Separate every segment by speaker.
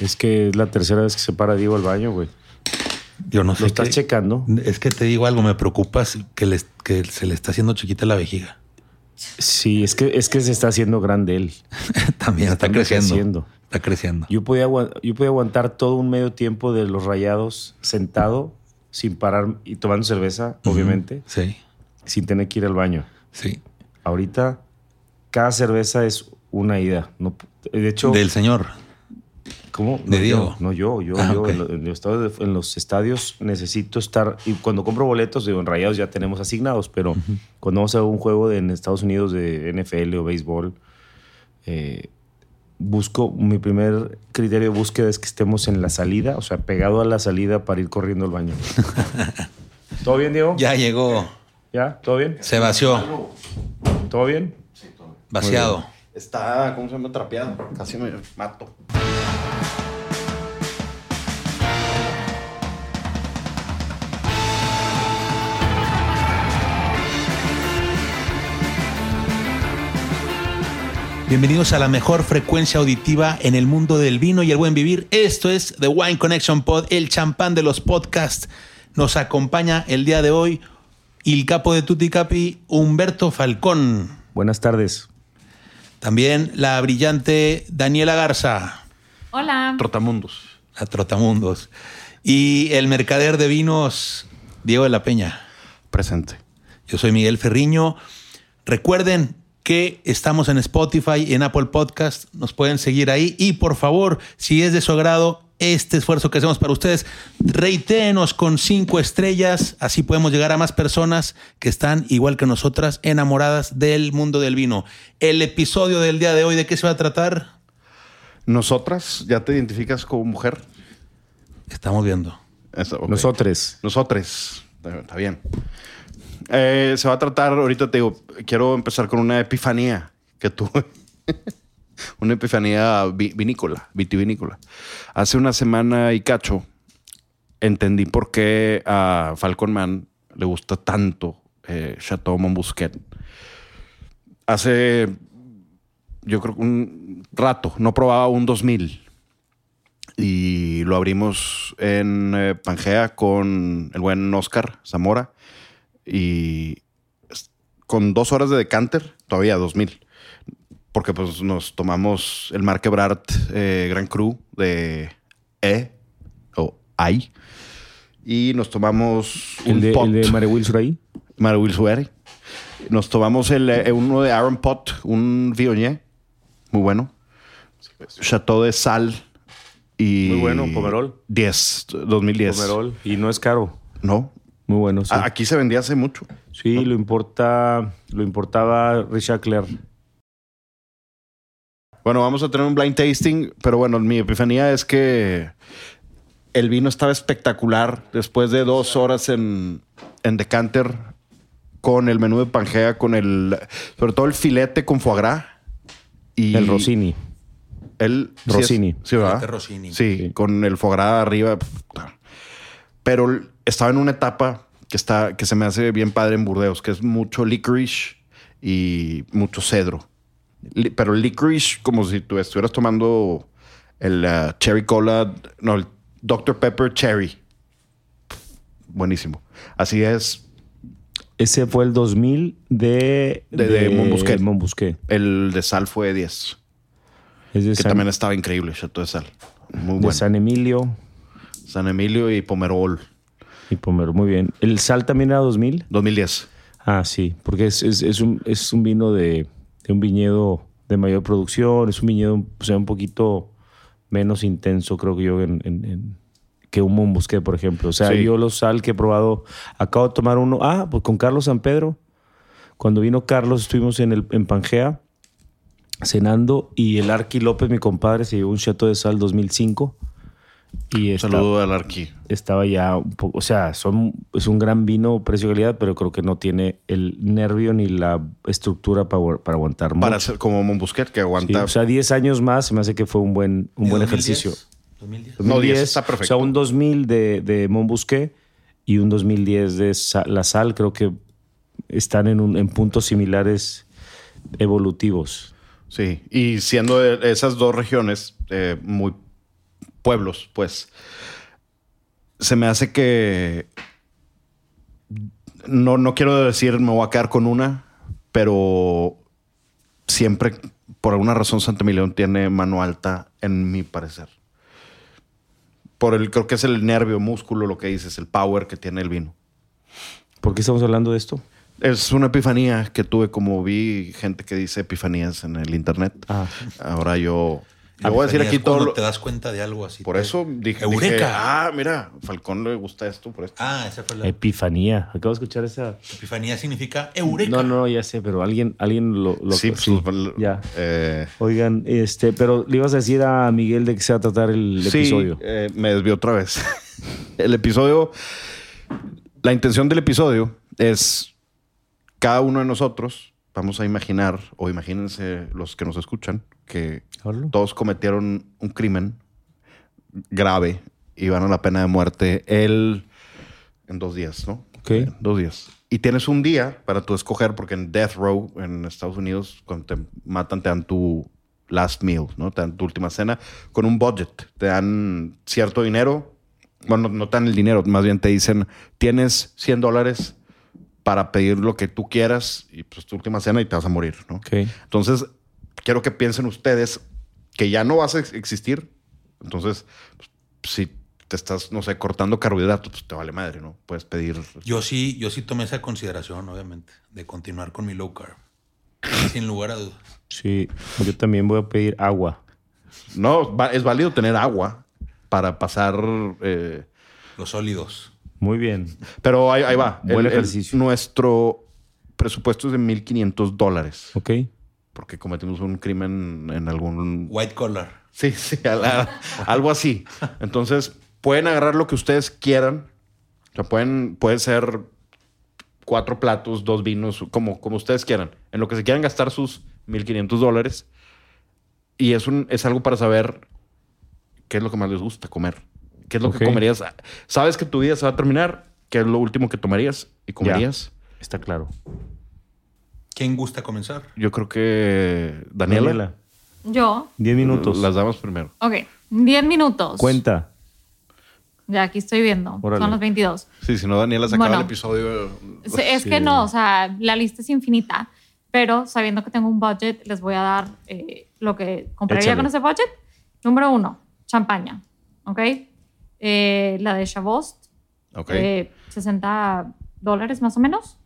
Speaker 1: Es que es la tercera vez que se para Diego al baño, güey.
Speaker 2: Yo no sé.
Speaker 1: ¿Lo estás
Speaker 2: qué-
Speaker 1: checando?
Speaker 2: Es que te digo algo, me preocupas que, les- que se le está haciendo chiquita la vejiga.
Speaker 1: Sí, es que, es que se está haciendo grande él.
Speaker 2: También está
Speaker 1: Está
Speaker 2: creciendo.
Speaker 1: creciendo.
Speaker 2: Está creciendo.
Speaker 1: Yo podía, agua- yo podía aguantar todo un medio tiempo de los rayados sentado, sin parar y tomando cerveza, obviamente,
Speaker 2: Sí,
Speaker 1: sin tener que ir al baño.
Speaker 2: sí.
Speaker 1: Ahorita, cada cerveza es una ida. No, de hecho,
Speaker 2: Del señor.
Speaker 1: ¿Cómo?
Speaker 2: De
Speaker 1: no,
Speaker 2: Diego.
Speaker 1: yo, no, yo, yo,
Speaker 2: Ah,
Speaker 1: yo
Speaker 2: ok.
Speaker 1: en, lo- en los estadios, en los estadios necesito estar. Y cuando compro boletos, digo, en rayados ya tenemos asignados, pero cuando vamos a un juego de- en Estados Unidos de NFL o béisbol, eh, busco. Mi primer criterio de búsqueda es que estemos en la salida, o sea, pegado a la salida para ir corriendo al baño. ¿Todo bien, Diego?
Speaker 2: Ya llegó.
Speaker 1: ¿Ya? ¿Todo bien?
Speaker 2: Se vació.
Speaker 1: ¿Todo bien?
Speaker 2: Vaciado.
Speaker 3: Está, ¿cómo se llama? Trapeado. Casi me mato.
Speaker 2: Bienvenidos a la mejor frecuencia auditiva en el mundo del vino y el buen vivir. Esto es The Wine Connection Pod, el champán de los podcasts. Nos acompaña el día de hoy el capo de Tutti Capi, Humberto Falcón.
Speaker 1: Buenas tardes.
Speaker 2: También la brillante Daniela Garza,
Speaker 4: Hola.
Speaker 3: Trotamundos.
Speaker 2: la Trotamundos. Y el mercader de vinos, Diego de la Peña.
Speaker 3: Presente.
Speaker 2: Yo soy Miguel Ferriño. Recuerden que estamos en Spotify y en Apple Podcast. Nos pueden seguir ahí. Y por favor, si es de su agrado este esfuerzo que hacemos para ustedes, reitéenos con cinco estrellas. Así podemos llegar a más personas que están, igual que nosotras, enamoradas del mundo del vino. El episodio del día de hoy, ¿de qué se va a tratar?
Speaker 3: ¿Nosotras ya te identificas como mujer?
Speaker 2: Estamos viendo.
Speaker 3: Eso, ok.
Speaker 1: Nosotres.
Speaker 3: Nosotres. Está está bien. Eh, se va a tratar, ahorita te digo, quiero empezar con una epifanía que tuve. una epifanía vi- vinícola, vitivinícola. Hace una semana y cacho entendí por qué a Falcon Man le gusta tanto eh, Chateau Montbusquet. Hace, yo creo que un rato, no probaba un 2000 y lo abrimos en eh, Pangea con el buen Oscar Zamora y es- con dos horas de decanter, todavía 2000, porque pues nos tomamos el Marquebrart eh, Gran Cru de E o I y nos tomamos un
Speaker 1: El de,
Speaker 3: pot.
Speaker 1: el de Marewil Suraí.
Speaker 3: Marwil Sueri. Nos tomamos el, eh, uno de Aaron Pot, un Viognier, muy bueno. Chateau de Sal y...
Speaker 1: Muy bueno, Pomerol.
Speaker 3: 10, 2010.
Speaker 1: Pomerol. Y no es caro.
Speaker 3: No,
Speaker 1: Muy bueno. sí.
Speaker 2: Ah,
Speaker 3: a- aquí se vendía hace mucho.
Speaker 1: Sí, lo importa, lo importaba Richard Clare.
Speaker 3: Bueno, vamos a tener un blind tasting, pero bueno, mi epifanía es que el vino estaba espectacular después de dos horas en, en decanter con el menú de Pangea, con el... Sobre todo el filete con foie gras. Y
Speaker 1: El Rossini.
Speaker 3: El sí es-
Speaker 1: Rossini.
Speaker 3: Sí, ¿verdad?
Speaker 2: Filete Rossini.
Speaker 3: Sí, con el foie gras arriba. puta. Pero l- estaba en una etapa que, está, que se me hace bien padre en Burdeos, que es mucho licorice y mucho cedro. Li- pero licorice, como si tú estuvieras tomando el eh, cherry cola, no, el Dr. Pepper cherry. Buenísimo. Así es.
Speaker 1: Ese fue el 2000 de...
Speaker 3: De- de Montbusquet.
Speaker 1: Montbusquet.
Speaker 3: El de sal fue 10,
Speaker 1: Es de,
Speaker 3: que
Speaker 1: San,
Speaker 3: también estaba increíble, Chateau de Sal. Muy
Speaker 1: de
Speaker 3: bueno.
Speaker 1: San Emilio
Speaker 3: San Emilio y Pomerol,
Speaker 1: y Pomero. Muy bien. ¿El Sal también era 2000?
Speaker 3: 2010.
Speaker 1: Ah, sí. Porque es, es- es un, es un vino de, de un viñedo de mayor producción. Es un viñedo o sea, un poquito menos intenso, creo que yo, en, en- en- que un Montbusquet, por ejemplo. O sea,
Speaker 3: Sí.
Speaker 1: yo los sal que he probado, acabo de tomar uno. Ah, pues con Carlos San Pedro. Cuando vino Carlos, estuvimos en, el, en Pangea cenando y el Arqui López, mi compadre, se llevó un Chateau de Sal 2005. Y
Speaker 3: Un
Speaker 1: estaba,
Speaker 3: saludo al Arqui.
Speaker 1: estaba ya un poco, o sea, son, es un gran vino precio-calidad, pero creo que no tiene el nervio ni la estructura para, agu- para aguantar
Speaker 3: Para
Speaker 1: mucho.
Speaker 3: ser como Montbusquet,
Speaker 1: Sí,
Speaker 3: que aguanta.
Speaker 1: o sea, 10 años más se me hace que fue un buen, un buen ejercicio.
Speaker 2: 2010.
Speaker 3: No, 10 está perfecto.
Speaker 1: O sea, un 2000 de, de Montbusquet y un 2010 de Sa- La Sal, creo que están en, un- en puntos similares evolutivos.
Speaker 3: sí. Y siendo de esas dos regiones eh, muy pueblos, pues. Se me hace que. No, no quiero decir me voy a quedar con una, pero siempre, por alguna razón, Santa Milión tiene mano alta, en mi parecer. Por el, creo que es el nervio, músculo, lo que dices, el power que tiene el vino.
Speaker 1: ¿Por qué estamos hablando de esto?
Speaker 3: Es una epifanía que tuve, como vi gente que dice epifanías en el internet.
Speaker 1: Ah.
Speaker 3: Ahora yo. Yo voy a decir
Speaker 2: Epifanías,
Speaker 3: aquí todo.
Speaker 2: cuando
Speaker 3: lo-
Speaker 2: te das cuenta de algo así. pues.
Speaker 3: Por
Speaker 2: te-
Speaker 3: eso dije,
Speaker 2: ¡Eureka!
Speaker 3: dije, ah, mira, Falcón le gusta esto por esto.
Speaker 2: Ah, esa fue la
Speaker 1: Epifanía. Acabo de escuchar esa.
Speaker 2: epifanía. Significa eureka.
Speaker 1: No, no, ya sé, pero alguien, alguien lo. lo-
Speaker 3: sí, pues, l-
Speaker 1: ya.
Speaker 3: eh,
Speaker 1: Oigan, este, pero le ibas a decir a Miguel de que se va a tratar el
Speaker 3: sí,
Speaker 1: episodio.
Speaker 3: eh, me desvió otra vez. el episodio, la intención del episodio es cada uno de nosotros vamos a imaginar o imagínense los que nos escuchan que
Speaker 1: Hablo.
Speaker 3: todos cometieron un crimen grave y van a la pena de muerte el en dos días, ¿no?
Speaker 1: Ok.
Speaker 3: En Dos días. Y tienes un día para tú escoger, porque en Death Row, en Estados Unidos, cuando te matan, te dan tu last meal, ¿no? Te dan tu última cena con un budget. Te dan cierto dinero. Bueno, no te dan el dinero, más bien te dicen, tienes 100 dólares para pedir lo que tú quieras y pues tu última cena y te vas a morir, ¿no?
Speaker 1: Ok.
Speaker 3: Entonces, quiero que piensen ustedes que ya no vas a ex- existir. Entonces, pues, si te estás, no sé, cortando carbohidratos, pues te vale madre, ¿no? Puedes pedir.
Speaker 2: Yo sí, yo sí tomé esa consideración, obviamente, de continuar con mi low carb. Sin lugar a dudas.
Speaker 1: Sí, yo también voy a pedir agua.
Speaker 3: No, va- es válido tener agua para pasar. eh,
Speaker 2: Los sólidos.
Speaker 1: Muy bien.
Speaker 3: pero ahí, ahí va.
Speaker 1: Buen ejercicio.
Speaker 3: nuestro presupuesto es de 1.500 dólares
Speaker 1: Ok.
Speaker 3: porque cometimos un crimen en algún
Speaker 2: White collar.
Speaker 3: Sí, sí, a la- algo así. Entonces, pueden agarrar lo que ustedes quieran. O sea, pueden, puede ser cuatro platos, dos vinos, como, como ustedes quieran. En lo que se quieran gastar sus 1.500 dólares. Y es, un, es algo para saber qué es lo que más les gusta comer. ¿Qué es lo
Speaker 1: Ok.
Speaker 3: que comerías? Sabes que tu vida se va a terminar, ¿Qué es lo último que tomarías y comerías.
Speaker 1: Está claro.
Speaker 2: ¿Quién gusta comenzar?
Speaker 3: Yo creo que Daniela.
Speaker 4: Yo,
Speaker 1: Diez minutos.
Speaker 3: Las damos primero.
Speaker 4: ok, 10 minutos.
Speaker 1: Cuenta.
Speaker 4: Ya aquí estoy viendo.
Speaker 1: Órale. Pues
Speaker 4: Son los 22.
Speaker 3: Sí, si no, Daniela se acaba
Speaker 4: Bueno.
Speaker 3: el episodio.
Speaker 4: Es- Es que no, o sea, la lista es infinita, pero sabiendo que tengo un budget, les voy a dar eh, lo que compraría
Speaker 1: Échale.
Speaker 4: con ese budget. Número uno, champaña, ¿ok? Eh, la de Chavost,
Speaker 3: Ok.
Speaker 4: eh, 60 dólares más o menos,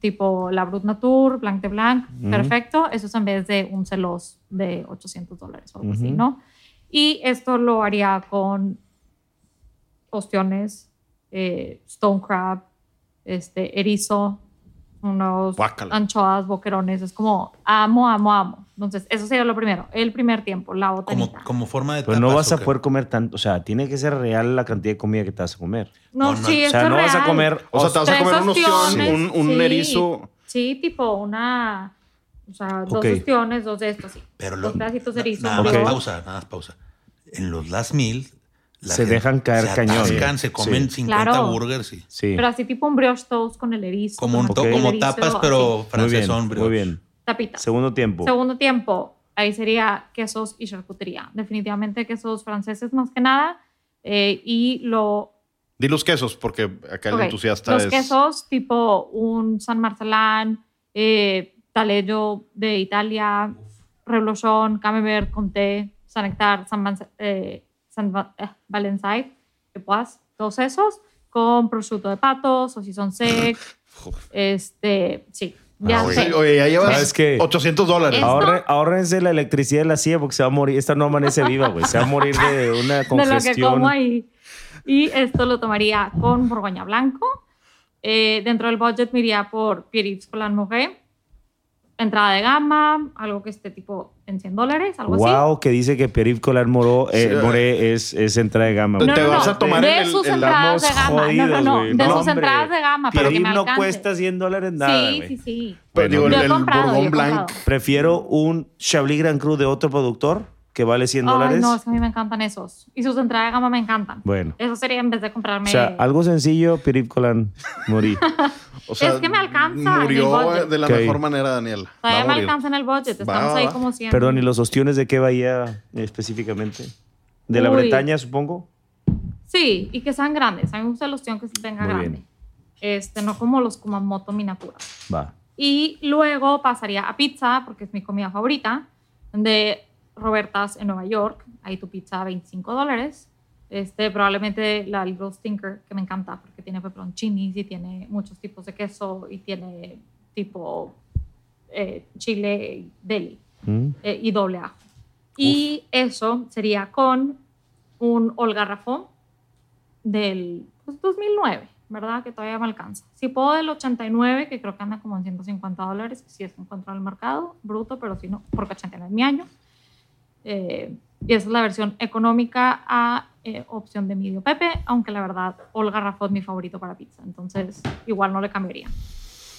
Speaker 4: tipo la Brut Natur, Blanc de Blanc, perfecto. Eso es en vez de un celos de 800 dólares o algo así,
Speaker 1: Ujú.
Speaker 4: ¿no? Y esto lo haría con ostiones, eh, stone crab, este, erizo, unos
Speaker 3: Guácala.
Speaker 4: anchoas, boquerones. Es como amo, amo, amo. Entonces, eso sería lo primero. El primer tiempo, la
Speaker 2: Como,
Speaker 4: botanita.
Speaker 2: como forma de
Speaker 1: Pero no
Speaker 2: tapas,
Speaker 1: vas a
Speaker 2: ¿o qué?
Speaker 1: poder comer tanto. O sea, tiene que ser real la cantidad de comida que te vas a comer.
Speaker 4: No,
Speaker 2: No, no.
Speaker 4: sí,
Speaker 2: O
Speaker 1: O sea,
Speaker 4: esto es
Speaker 1: no vas a
Speaker 4: real.
Speaker 1: comer.
Speaker 3: O sea, te vas a
Speaker 4: Tres
Speaker 3: comer un ostión,
Speaker 4: ostiones,
Speaker 3: un, un
Speaker 4: sí.
Speaker 3: erizo.
Speaker 4: Sí, tipo una. O sea, dos
Speaker 1: Ok.
Speaker 4: ostiones, dos de estos, sí.
Speaker 2: Pero lo,
Speaker 4: dos pedacitos de
Speaker 2: na-
Speaker 4: erizo.
Speaker 2: nada más
Speaker 1: Ok.
Speaker 2: pausa, nada más pausa. En los last meal la
Speaker 1: Se
Speaker 2: gente
Speaker 1: dejan caer
Speaker 2: se
Speaker 1: cañón.
Speaker 2: atascan, se comen
Speaker 1: Sí.
Speaker 2: 50
Speaker 4: Claro.
Speaker 2: burgers y
Speaker 1: Sí.
Speaker 4: Pero así tipo un brioche toast con el erizo.
Speaker 2: como, un
Speaker 4: con
Speaker 2: to-
Speaker 1: Ok.
Speaker 2: como
Speaker 4: el erizo,
Speaker 2: tapas,
Speaker 4: así.
Speaker 2: pero
Speaker 1: muy bien.
Speaker 2: francés hombre.
Speaker 1: Muy bien.
Speaker 4: Tapita.
Speaker 1: Segundo tiempo.
Speaker 4: Segundo tiempo, ahí sería quesos y charcutería. Definitivamente quesos franceses más que nada. eh, y lo...
Speaker 3: Di los quesos, porque acá el
Speaker 4: ok,
Speaker 3: entusiasta
Speaker 4: Los
Speaker 3: es.
Speaker 4: quesos tipo un San Marcelán, eh, Taleggio de Italia, Reblochon, Camembert, Conté, San Nectar, San, Vanse- eh, San Va- eh, Valenside, que puedas, todos esos, con prosciutto de pato, saucisson sec, este, sí. Ya
Speaker 1: Ah,
Speaker 4: sé.
Speaker 3: Oye, oye, ya llevas
Speaker 1: ¿Sabes qué?
Speaker 3: 800 dólares.
Speaker 4: Es-
Speaker 1: Ahorre- ahórrense la electricidad de la silla porque se va a morir. Esta no amanece viva, güey. Se va a morir de una
Speaker 4: de lo que
Speaker 1: congestión.
Speaker 4: como ahí. Y esto lo tomaría con Borgoña Blanco. Eh, dentro del budget me iría por Pierre Yves Colin Mouret. Entrada de gama, algo que esté tipo en 100 dólares, algo así.
Speaker 1: Wow, que dice que Pierre Colar Moró, eh,
Speaker 3: Sí,
Speaker 1: Moré es, es entrada de gama.
Speaker 3: Te-
Speaker 1: güey.
Speaker 3: te vas a tomar
Speaker 4: de
Speaker 3: el-
Speaker 4: sus
Speaker 3: el
Speaker 4: entradas de
Speaker 1: Estamos
Speaker 4: gama. no, no, no,
Speaker 1: jodidos,
Speaker 4: de
Speaker 1: güey. No,
Speaker 4: sus
Speaker 1: hombre.
Speaker 4: entradas de gama para que
Speaker 1: Pierif
Speaker 4: me
Speaker 1: no
Speaker 4: alcance.
Speaker 1: cuesta 100 dólares nada,
Speaker 4: Sí,
Speaker 1: güey.
Speaker 4: sí, sí.
Speaker 3: Pero digo,
Speaker 4: Yo he
Speaker 3: el, el
Speaker 4: comprado, yo
Speaker 3: Bourbon
Speaker 4: he
Speaker 3: Blanc.
Speaker 4: comprado.
Speaker 1: Prefiero un Chablis Gran Cru de otro productor que vale 100
Speaker 4: Ay,
Speaker 1: dólares.
Speaker 4: no, es que a mí me encantan esos. Y sus entradas de gama me encantan.
Speaker 1: Bueno.
Speaker 4: Eso sería en vez de
Speaker 1: O
Speaker 4: comprarme...
Speaker 1: sea, algo sencillo, Pierre Colar Morí.
Speaker 3: O
Speaker 4: Es que me alcanza el
Speaker 3: Murió
Speaker 4: budget.
Speaker 3: de la
Speaker 1: Ok.
Speaker 3: mejor manera, Daniela. Va a
Speaker 4: Todavía me
Speaker 3: morir.
Speaker 4: alcanza en el budget.
Speaker 3: Va,
Speaker 4: Estamos
Speaker 3: va,
Speaker 4: ahí
Speaker 3: va.
Speaker 4: como siempre.
Speaker 1: Perdón, ¿y los ostiones de qué bahía eh, específicamente? ¿De la
Speaker 4: Uy.
Speaker 1: Bretaña, supongo?
Speaker 4: Sí, y que sean grandes. A mí me gusta los tion que venga
Speaker 1: Muy bien.
Speaker 4: grande. Este, no como los Kumamoto Minakura.
Speaker 1: Va.
Speaker 4: Y luego pasaría a pizza, porque es mi comida favorita, de Robertas en Nueva York. Ahí tu pizza a 25 dólares. Este, probablemente la Little Stinker, que me encanta, porque tiene pepperoncinis y tiene muchos tipos de queso y tiene tipo eh, chile y deli
Speaker 1: Mm.
Speaker 4: eh, y doble ajo. Y eso sería con un Olgarrafón del pues, 2009, ¿verdad? Que todavía me alcanza. Si puedo del 89, que creo que anda como en 150 dólares, si es que encuentro en el mercado, bruto, pero si no, porque 89 es mi año. Eh, y esa es la versión económica a eh, opción de medio Pepe, aunque la verdad Olga Raffo es mi favorito para pizza, entonces igual no le cambiaría.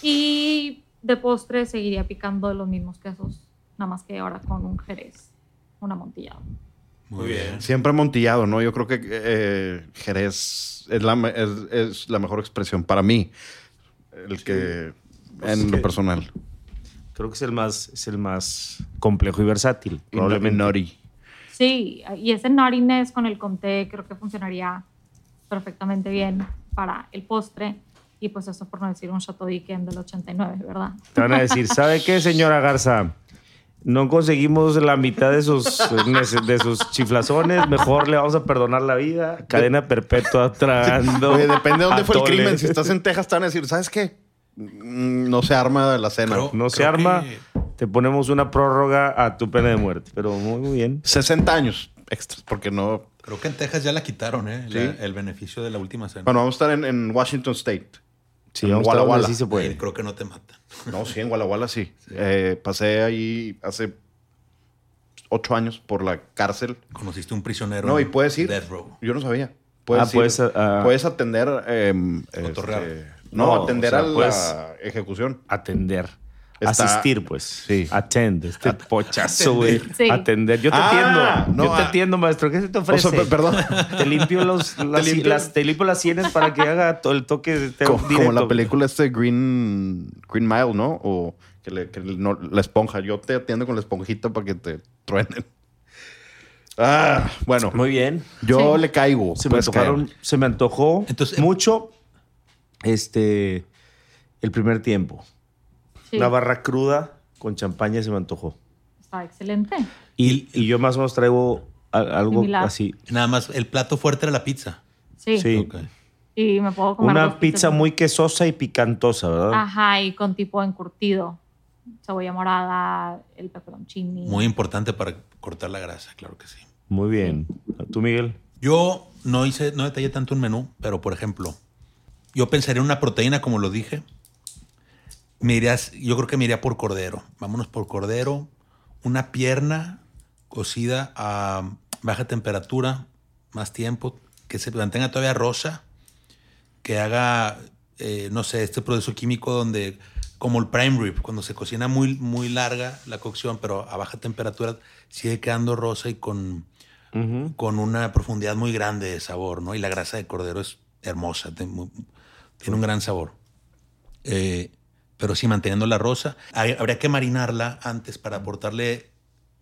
Speaker 4: Y de postre seguiría picando de los mismos quesos, nada más que ahora con un jerez, un amontillado.
Speaker 2: Muy bien.
Speaker 3: Siempre amontillado, ¿no? Yo creo que eh, Jerez es la, me- es, es la mejor expresión para mí. El que, en
Speaker 1: es
Speaker 3: lo
Speaker 1: que-
Speaker 3: personal.
Speaker 1: Creo que es el más, es el más complejo y versátil.
Speaker 3: Y
Speaker 1: Probablemente.
Speaker 3: no- y nori.
Speaker 4: Sí, y ese nuttiness con el conté creo que funcionaría perfectamente bien para el postre. Y pues eso por no decir un Chateau Dickens del 89, ¿verdad?
Speaker 1: Te van a decir, ¿sabe qué, señora Garza? No conseguimos la mitad de sus, de sus chiflazones. Mejor le vamos a perdonar la vida. Cadena perpetua tragando.
Speaker 3: Oye, depende de dónde fue el
Speaker 1: atoles.
Speaker 3: crimen. Si estás en Texas, te van a decir, ¿sabes qué? Mm, No se arma la cena.
Speaker 2: Claro.
Speaker 1: No se
Speaker 2: Creo
Speaker 1: arma.
Speaker 2: que-
Speaker 1: Te ponemos una prórroga a tu pena de muerte. Pero muy, muy bien.
Speaker 3: 60 años extras, porque no.
Speaker 2: Creo que en Texas ya la quitaron, ¿eh? La-
Speaker 3: Sí.
Speaker 2: el beneficio de la última cena.
Speaker 3: Bueno, vamos a estar en, en Washington State.
Speaker 1: Sí,
Speaker 3: En
Speaker 1: vamos a estar
Speaker 3: Walla
Speaker 1: donde
Speaker 3: Walla.
Speaker 1: sí se
Speaker 2: Ahí
Speaker 1: puede.
Speaker 2: creo que no te matan.
Speaker 3: No, sí, en Walla Walla sí. Eh, pasé ahí hace ocho años por la cárcel.
Speaker 2: Conociste un prisionero.
Speaker 3: No, y
Speaker 2: en
Speaker 3: puedes ir.
Speaker 2: Death Row.
Speaker 3: Yo no sabía. Puedes,
Speaker 1: Ah,
Speaker 3: ir-
Speaker 1: puedes, ah,
Speaker 3: puedes atender. em,
Speaker 2: Cotorrear.
Speaker 3: este, no,
Speaker 1: No,
Speaker 3: atender
Speaker 1: o sea,
Speaker 3: a la
Speaker 1: puedes-
Speaker 3: ejecución.
Speaker 1: Atender.
Speaker 3: Está-
Speaker 1: Asistir, pues.
Speaker 3: Sí.
Speaker 1: Attend. Este pochazo, güey.
Speaker 4: Atender. Sí.
Speaker 1: Atender. Yo te
Speaker 3: Ah,
Speaker 1: entiendo.
Speaker 3: no,
Speaker 1: Yo te
Speaker 3: ah.
Speaker 1: entiendo, maestro. ¿Qué se te ofrece?
Speaker 3: O sea, pe- perdón.
Speaker 1: Te limpio, los, las,
Speaker 3: Te limpio-
Speaker 1: las- te limpio las sienes para que haga to- el toque de
Speaker 3: Co- como,
Speaker 1: directo.
Speaker 3: la película este Green, Green Mile, ¿no? O que, le- que le- no, la esponja. Yo te atiendo con la esponjita para que te truenen. Ah, bueno.
Speaker 1: Muy bien.
Speaker 3: Yo
Speaker 4: Sí.
Speaker 3: le caigo.
Speaker 1: Se me,
Speaker 3: puedes
Speaker 1: antojaron-
Speaker 3: caer.
Speaker 1: se me antojó
Speaker 4: em-
Speaker 2: Entonces-
Speaker 1: mucho este, el primer tiempo.
Speaker 4: Sí,
Speaker 1: Una barra cruda con champaña se me antojó.
Speaker 4: está excelente.
Speaker 1: Y, y yo más o menos traigo a- algo
Speaker 4: Similar.
Speaker 1: así.
Speaker 2: Nada más, el plato fuerte era la pizza.
Speaker 4: Sí.
Speaker 1: Sí.
Speaker 2: Ok.
Speaker 4: Y me puedo comer dos
Speaker 1: Una
Speaker 4: pizzas.
Speaker 1: pizza muy quesosa y picantosa, ¿verdad?
Speaker 4: Ajá, y con tipo encurtido. Cebolla morada, el pepperoncini.
Speaker 2: Muy importante para cortar la grasa, claro que sí.
Speaker 1: Muy bien. ¿Tú, Miguel?
Speaker 2: Yo no hice, no detallé tanto un menú, pero por ejemplo, yo pensaría en una proteína, como lo dije. Me irías- yo creo que me iría por cordero. Vámonos por cordero. Una pierna cocida a baja temperatura, más tiempo, que se mantenga todavía rosa, que haga, eh, no sé, este proceso químico donde, como el prime rib, cuando se cocina muy, muy larga la cocción, pero a baja temperatura sigue quedando rosa y con con una profundidad muy grande de sabor, ¿no? Y la grasa de cordero es hermosa, te- mu- tiene un gran sabor. Eh, pero sí, manteniendo la rosa, hay- habría que marinarla antes para aportarle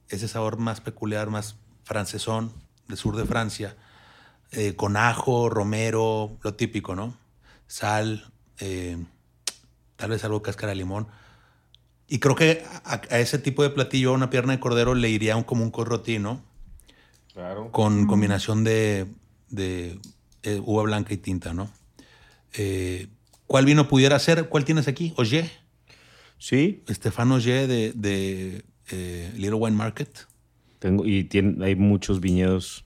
Speaker 2: ese sabor más peculiar, más francesón, del sur de Francia, eh, con ajo, romero, lo típico, ¿no? Sal, eh, tal vez algo cáscara de limón. Y creo que a, a ese tipo de platillo, una pierna de cordero, le iría un- como un corrotí, ¿no?
Speaker 1: Claro.
Speaker 2: con combinación de, de, eh, uva blanca y tinta, ¿no? Eh, ¿Cuál vino pudiera ser? ¿Cuál tienes aquí? Oye,
Speaker 1: Sí.
Speaker 2: Estefano Oye de, de eh, Little Wine Market.
Speaker 1: Tengo, y tiene, hay muchos viñedos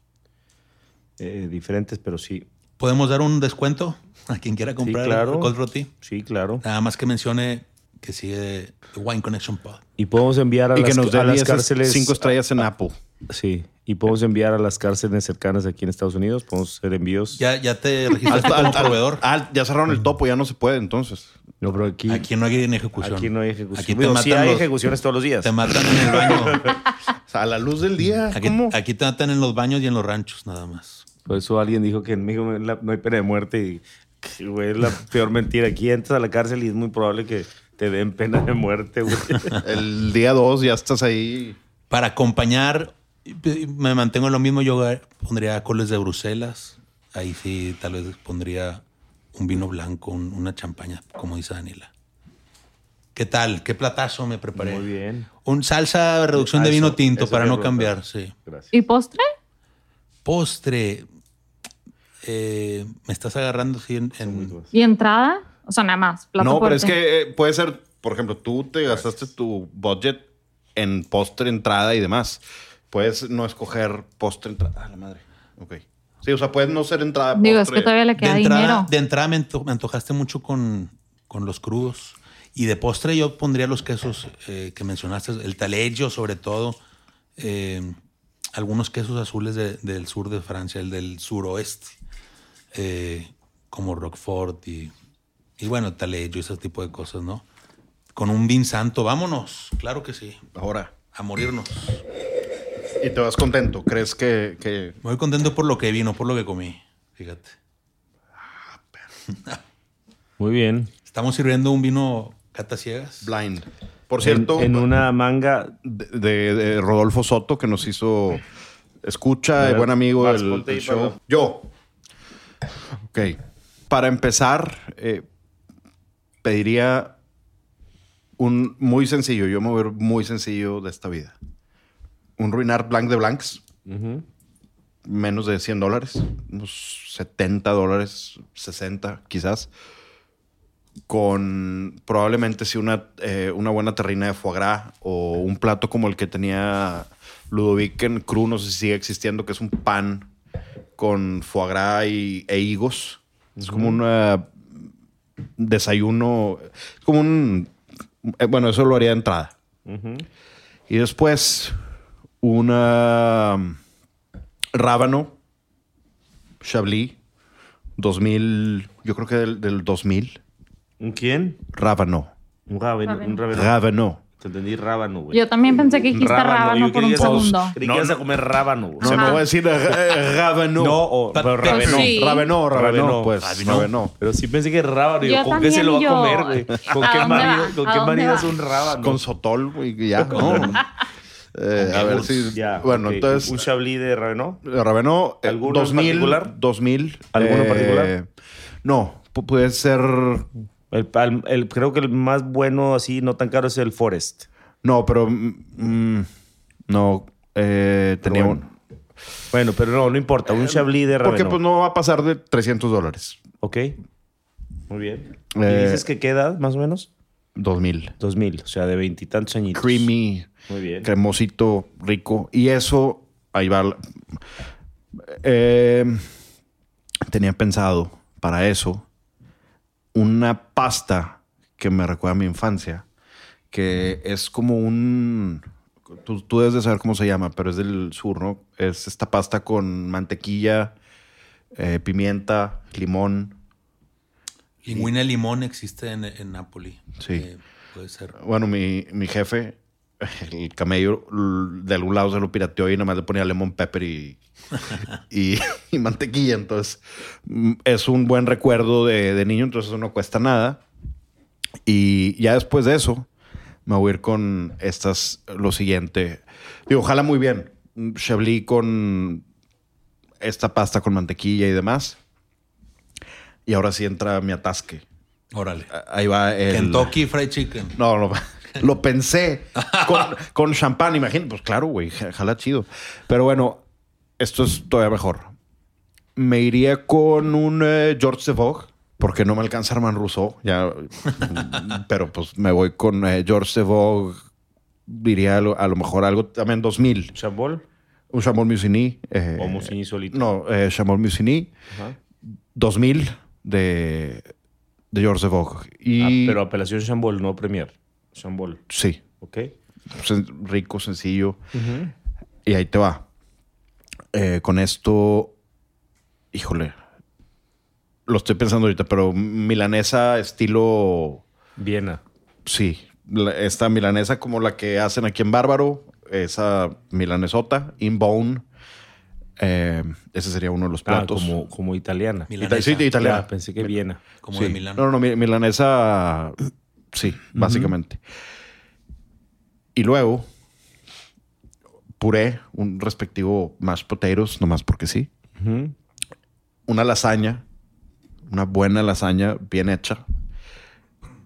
Speaker 1: eh, diferentes, pero sí.
Speaker 2: ¿Podemos dar un descuento a quien quiera comprar
Speaker 1: claro.
Speaker 2: el cold roti?
Speaker 1: Sí, claro.
Speaker 2: Nada más que mencione que sigue The Wine Connection Pod.
Speaker 1: Y podemos enviar a
Speaker 3: Y que
Speaker 1: las,
Speaker 3: nos dé
Speaker 1: a las
Speaker 3: 10
Speaker 1: cárceles.
Speaker 3: cinco estrellas en Apple.
Speaker 1: Sí. Y podemos enviar a las cárceles cercanas aquí en Estados Unidos. Podemos hacer envíos.
Speaker 2: ¿Ya, ya te registraste como proveedor?
Speaker 3: Ah, ya cerraron el topo, ya no se puede entonces.
Speaker 1: No, pero aquí, aquí,
Speaker 2: Aquí no hay ni ejecución.
Speaker 1: no hay ejecución.
Speaker 2: Aquí te,
Speaker 1: Digo,
Speaker 2: matan
Speaker 1: sí hay
Speaker 2: los-
Speaker 1: ejecuciones todos los días.
Speaker 2: te matan en el baño.
Speaker 3: O sea, a la luz del día.
Speaker 2: Aquí,
Speaker 3: ¿Cómo?
Speaker 2: aquí te matan en los baños y en los ranchos, nada más.
Speaker 1: Por eso alguien dijo que en México es la- no hay pena de muerte y que, güey, es la peor mentira. Aquí entras a la cárcel y es muy probable que te den pena de muerte, güey.
Speaker 3: El día 2 ya estás ahí.
Speaker 2: Para acompañar Me mantengo en lo mismo. Yo pondría coles de Bruselas. Ahí sí, tal vez pondría un vino blanco, un- una champaña, como dice Daniela. ¿Qué tal? ¿Qué platazo me preparé?
Speaker 1: Muy bien.
Speaker 2: Un salsa de reducción de
Speaker 1: Ah,
Speaker 2: vino
Speaker 1: eso-
Speaker 2: tinto
Speaker 1: eso
Speaker 2: para
Speaker 1: te
Speaker 2: no
Speaker 1: iba a
Speaker 2: cambiar,
Speaker 1: preguntar.
Speaker 2: sí.
Speaker 1: Gracias.
Speaker 4: ¿Y postre?
Speaker 2: Postre. eh, me estás agarrando sí, en, en-
Speaker 4: ¿Y entrada? O sea, nada más. plato
Speaker 3: No, pero es
Speaker 4: fuerte.
Speaker 3: que eh, puede ser, por ejemplo, tú te
Speaker 2: Pues,
Speaker 3: gastaste tu budget en postre, entrada y demás. Puedes no escoger postre, entrada. Ah, la madre. Ok. Sí, o sea, puedes no ser entrada, postre.
Speaker 4: Digo, es que todavía le
Speaker 2: de
Speaker 4: queda
Speaker 2: entrada,
Speaker 4: dinero.
Speaker 2: de entrada me, anto- me antojaste mucho con, con los crudos. Y de postre yo pondría los quesos eh, que mencionaste, el taleggio sobre todo, eh, algunos quesos azules de- del sur de Francia, el del suroeste, eh, como Roquefort y, y bueno, taleggio, ese tipo de cosas, ¿no? Con un vin santo, vámonos, claro que sí,
Speaker 3: Ahora.
Speaker 2: a morirnos.
Speaker 3: Y te vas contento. ¿Crees que, que
Speaker 2: Me voy contento por lo que vino, por lo que comí, fíjate.
Speaker 1: Muy bien.
Speaker 2: Estamos sirviendo un vino cata ciegas.
Speaker 3: blind? Por cierto,
Speaker 1: En, en una manga.
Speaker 3: de, de- de Rodolfo Soto, que nos hizo escucha,
Speaker 1: A
Speaker 3: el
Speaker 1: ver,
Speaker 3: buen amigo
Speaker 1: vas,
Speaker 3: del
Speaker 1: ponte
Speaker 3: del
Speaker 1: ahí
Speaker 3: show.
Speaker 1: para-
Speaker 3: Yo. Ok. Para empezar, eh, pediría un muy sencillo. Yo me voy a ver muy sencillo de esta vida. Un Ruinar Blanc de Blancs,
Speaker 1: Ujú.
Speaker 3: menos de 100 dólares, unos 70 dólares, 60 quizás. Con probablemente sí una, eh, una buena terrina de foie gras o un plato como el que tenía Ludovic en Cru, no sé si sigue existiendo, que es un pan con foie gras y, e higos. Es como una- un desayuno, es como un... eh, Bueno, eso lo haría de entrada. Y después una um, rábano Chablis 2000, yo creo que del, del 2000,
Speaker 1: ¿Un quién?
Speaker 3: rábano.
Speaker 1: Un rábano. Un rábano.
Speaker 3: Rábano.
Speaker 1: Te entendí rábano, güey.
Speaker 4: Yo también pensé que dijiste rábano,
Speaker 1: yo
Speaker 4: por
Speaker 1: creí
Speaker 4: un
Speaker 1: que ibas-
Speaker 4: segundo.
Speaker 1: Creí que ibas a comer rábano, güey.
Speaker 3: Se me va a decir eh, rábano.
Speaker 1: No, o,
Speaker 2: Pa-
Speaker 1: pero
Speaker 2: pero
Speaker 1: rábano.
Speaker 4: sí.
Speaker 3: Rábano, rábano,
Speaker 1: Rábano.
Speaker 3: pues.
Speaker 2: Rábano.
Speaker 3: Rábano.
Speaker 1: Pero sí pensé que es rábano. Yo,
Speaker 4: Yo
Speaker 1: ¿Con qué se lo va
Speaker 4: también,
Speaker 1: a
Speaker 4: yo.
Speaker 1: comer, güey? ¿Con
Speaker 4: ¿A
Speaker 1: qué
Speaker 4: dónde
Speaker 1: marido,
Speaker 4: va?
Speaker 1: ¿con
Speaker 4: ¿A
Speaker 1: qué
Speaker 4: dónde
Speaker 1: marido
Speaker 4: va?
Speaker 1: es un rábano?
Speaker 3: Con sotol, güey, ya. ¿no? Eh, a ver si...
Speaker 1: pues, Ya,
Speaker 3: bueno,
Speaker 1: ok.
Speaker 3: entonces...
Speaker 1: Un chablis de rábano.
Speaker 3: Raveno, eh,
Speaker 1: ¿Alguno en
Speaker 3: 2000,
Speaker 1: particular?
Speaker 3: 2000.
Speaker 1: ¿Alguno en
Speaker 3: eh,
Speaker 1: particular?
Speaker 3: No, pu- puede ser.
Speaker 1: El, pal- el- creo que el más bueno, así, no tan caro, es el Forest.
Speaker 3: No, pero. mm, no, eh, tenía
Speaker 1: bueno,
Speaker 3: un-
Speaker 1: Bueno, pero no, no importa.
Speaker 2: Eh,
Speaker 1: Un chablis de rábano.
Speaker 3: Porque pues no va a pasar de 300 dólares.
Speaker 1: Ok. Muy bien. ¿Y
Speaker 3: Eh,
Speaker 1: dices que qué edad, más o menos?
Speaker 3: 2000.
Speaker 1: 2000, o sea, de veintitantos añitos.
Speaker 3: Creamy,
Speaker 1: Muy bien.
Speaker 3: cremosito, rico. Y eso, ahí va. la- Eh, tenía pensado para eso una pasta que me recuerda a mi infancia, que es como un... Tú, tú debes de saber cómo se llama, pero es del sur, ¿no? Es esta pasta con mantequilla, eh, pimienta, limón.
Speaker 2: Lingüina de limón existe en, en Nápoli.
Speaker 3: Sí.
Speaker 2: puede ser.
Speaker 3: Bueno, mi, mi jefe, el camello, l- de algún lado se lo pirateó y nada más le ponía lemon pepper y, y, y mantequilla. Entonces, mm, es un buen recuerdo de, de niño, entonces eso no cuesta nada. Y ya después de eso, me voy a ir con estas, lo siguiente. Digo, jala muy bien. Un Chablis con esta pasta con mantequilla y demás. Y ahora sí entra mi atasque.
Speaker 2: Órale.
Speaker 3: A- Ahí va el...
Speaker 2: Kentucky Fried Chicken.
Speaker 3: No, no. Lo pensé con, con champán, imagínate. Pues claro, güey, ja- jala chido. Pero bueno, esto es todavía mejor. Me iría con un eh, George de Vogue, porque no me alcanza Armand Rousseau. Ya, pero pues me voy con eh, George de Vogue. Diría a lo, a lo mejor algo también 2000.
Speaker 1: Chambol
Speaker 3: Un Chamol Musigny. eh,
Speaker 1: o Musigny solito.
Speaker 3: No, eh, Chamol Musigny.
Speaker 1: Ajá.
Speaker 3: 2000 de, de George de Vogue.
Speaker 1: Ah,
Speaker 3: Y,
Speaker 1: pero apelación Chambol, no Premier. Chambol,
Speaker 3: Sí,
Speaker 1: ¿ok?
Speaker 3: sen- rico, sencillo. Y ahí te va. Eh, con esto, híjole, lo estoy pensando ahorita, pero milanesa estilo,
Speaker 1: Viena.
Speaker 3: sí, la- esta milanesa como la que hacen aquí en Bárbaro, esa milanesota, in bone, eh, ese sería uno de los
Speaker 1: Ah,
Speaker 3: platos.
Speaker 1: como, como italiana.
Speaker 2: Milanesa.
Speaker 3: Ita- sí, de italiana.
Speaker 1: Ah, pensé que Viena.
Speaker 2: Como
Speaker 3: Sí.
Speaker 2: de Milán.
Speaker 3: No, no, mi- milanesa, sí, básicamente. Y luego, puré, un respectivo mashed potatoes, nomás porque sí.
Speaker 1: Ujú.
Speaker 3: Una lasaña, una buena lasaña bien hecha.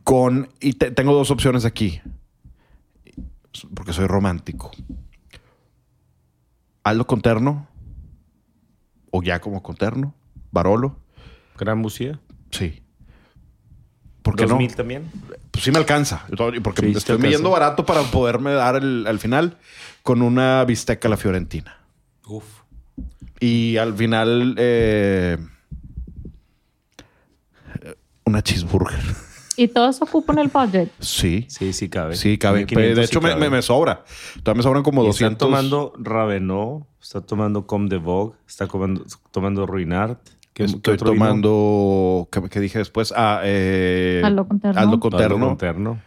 Speaker 3: Con, y te- tengo dos opciones aquí, porque soy romántico. Aldo Conterno, o ya como Conterno, Barolo,
Speaker 1: Gran Bucía.
Speaker 3: sí. ¿Por qué
Speaker 1: ¿Dos
Speaker 3: no?
Speaker 1: mil también?
Speaker 3: pues sí me alcanza. Y todo- y Porque
Speaker 1: Sí, sí
Speaker 3: me
Speaker 1: te
Speaker 3: estoy
Speaker 1: alcanza.
Speaker 3: midiendo barato para poderme dar el- al final con una bisteca a la Fiorentina.
Speaker 2: Uf.
Speaker 3: Y al final, eh, una cheeseburger.
Speaker 4: Y todos ocupan el budget.
Speaker 3: Sí,
Speaker 1: Sí, sí cabe.
Speaker 3: sí, cabe. Pero
Speaker 1: 1500
Speaker 3: de
Speaker 1: sí
Speaker 3: hecho, me,
Speaker 1: cabe.
Speaker 3: me- me sobra. Todavía me sobran como
Speaker 1: Y
Speaker 3: 200.
Speaker 1: Está tomando Ravenó, está tomando Com de Vogue, está comando- tomando Ruinart. ¿Qué- qué
Speaker 3: Estoy
Speaker 1: otro vino?
Speaker 3: tomando. ¿qué, qué dije después? Ah, eh,
Speaker 4: Aldo Conterno.
Speaker 3: Aldo
Speaker 4: Aldo
Speaker 3: Conterno.
Speaker 1: Algo Conterno.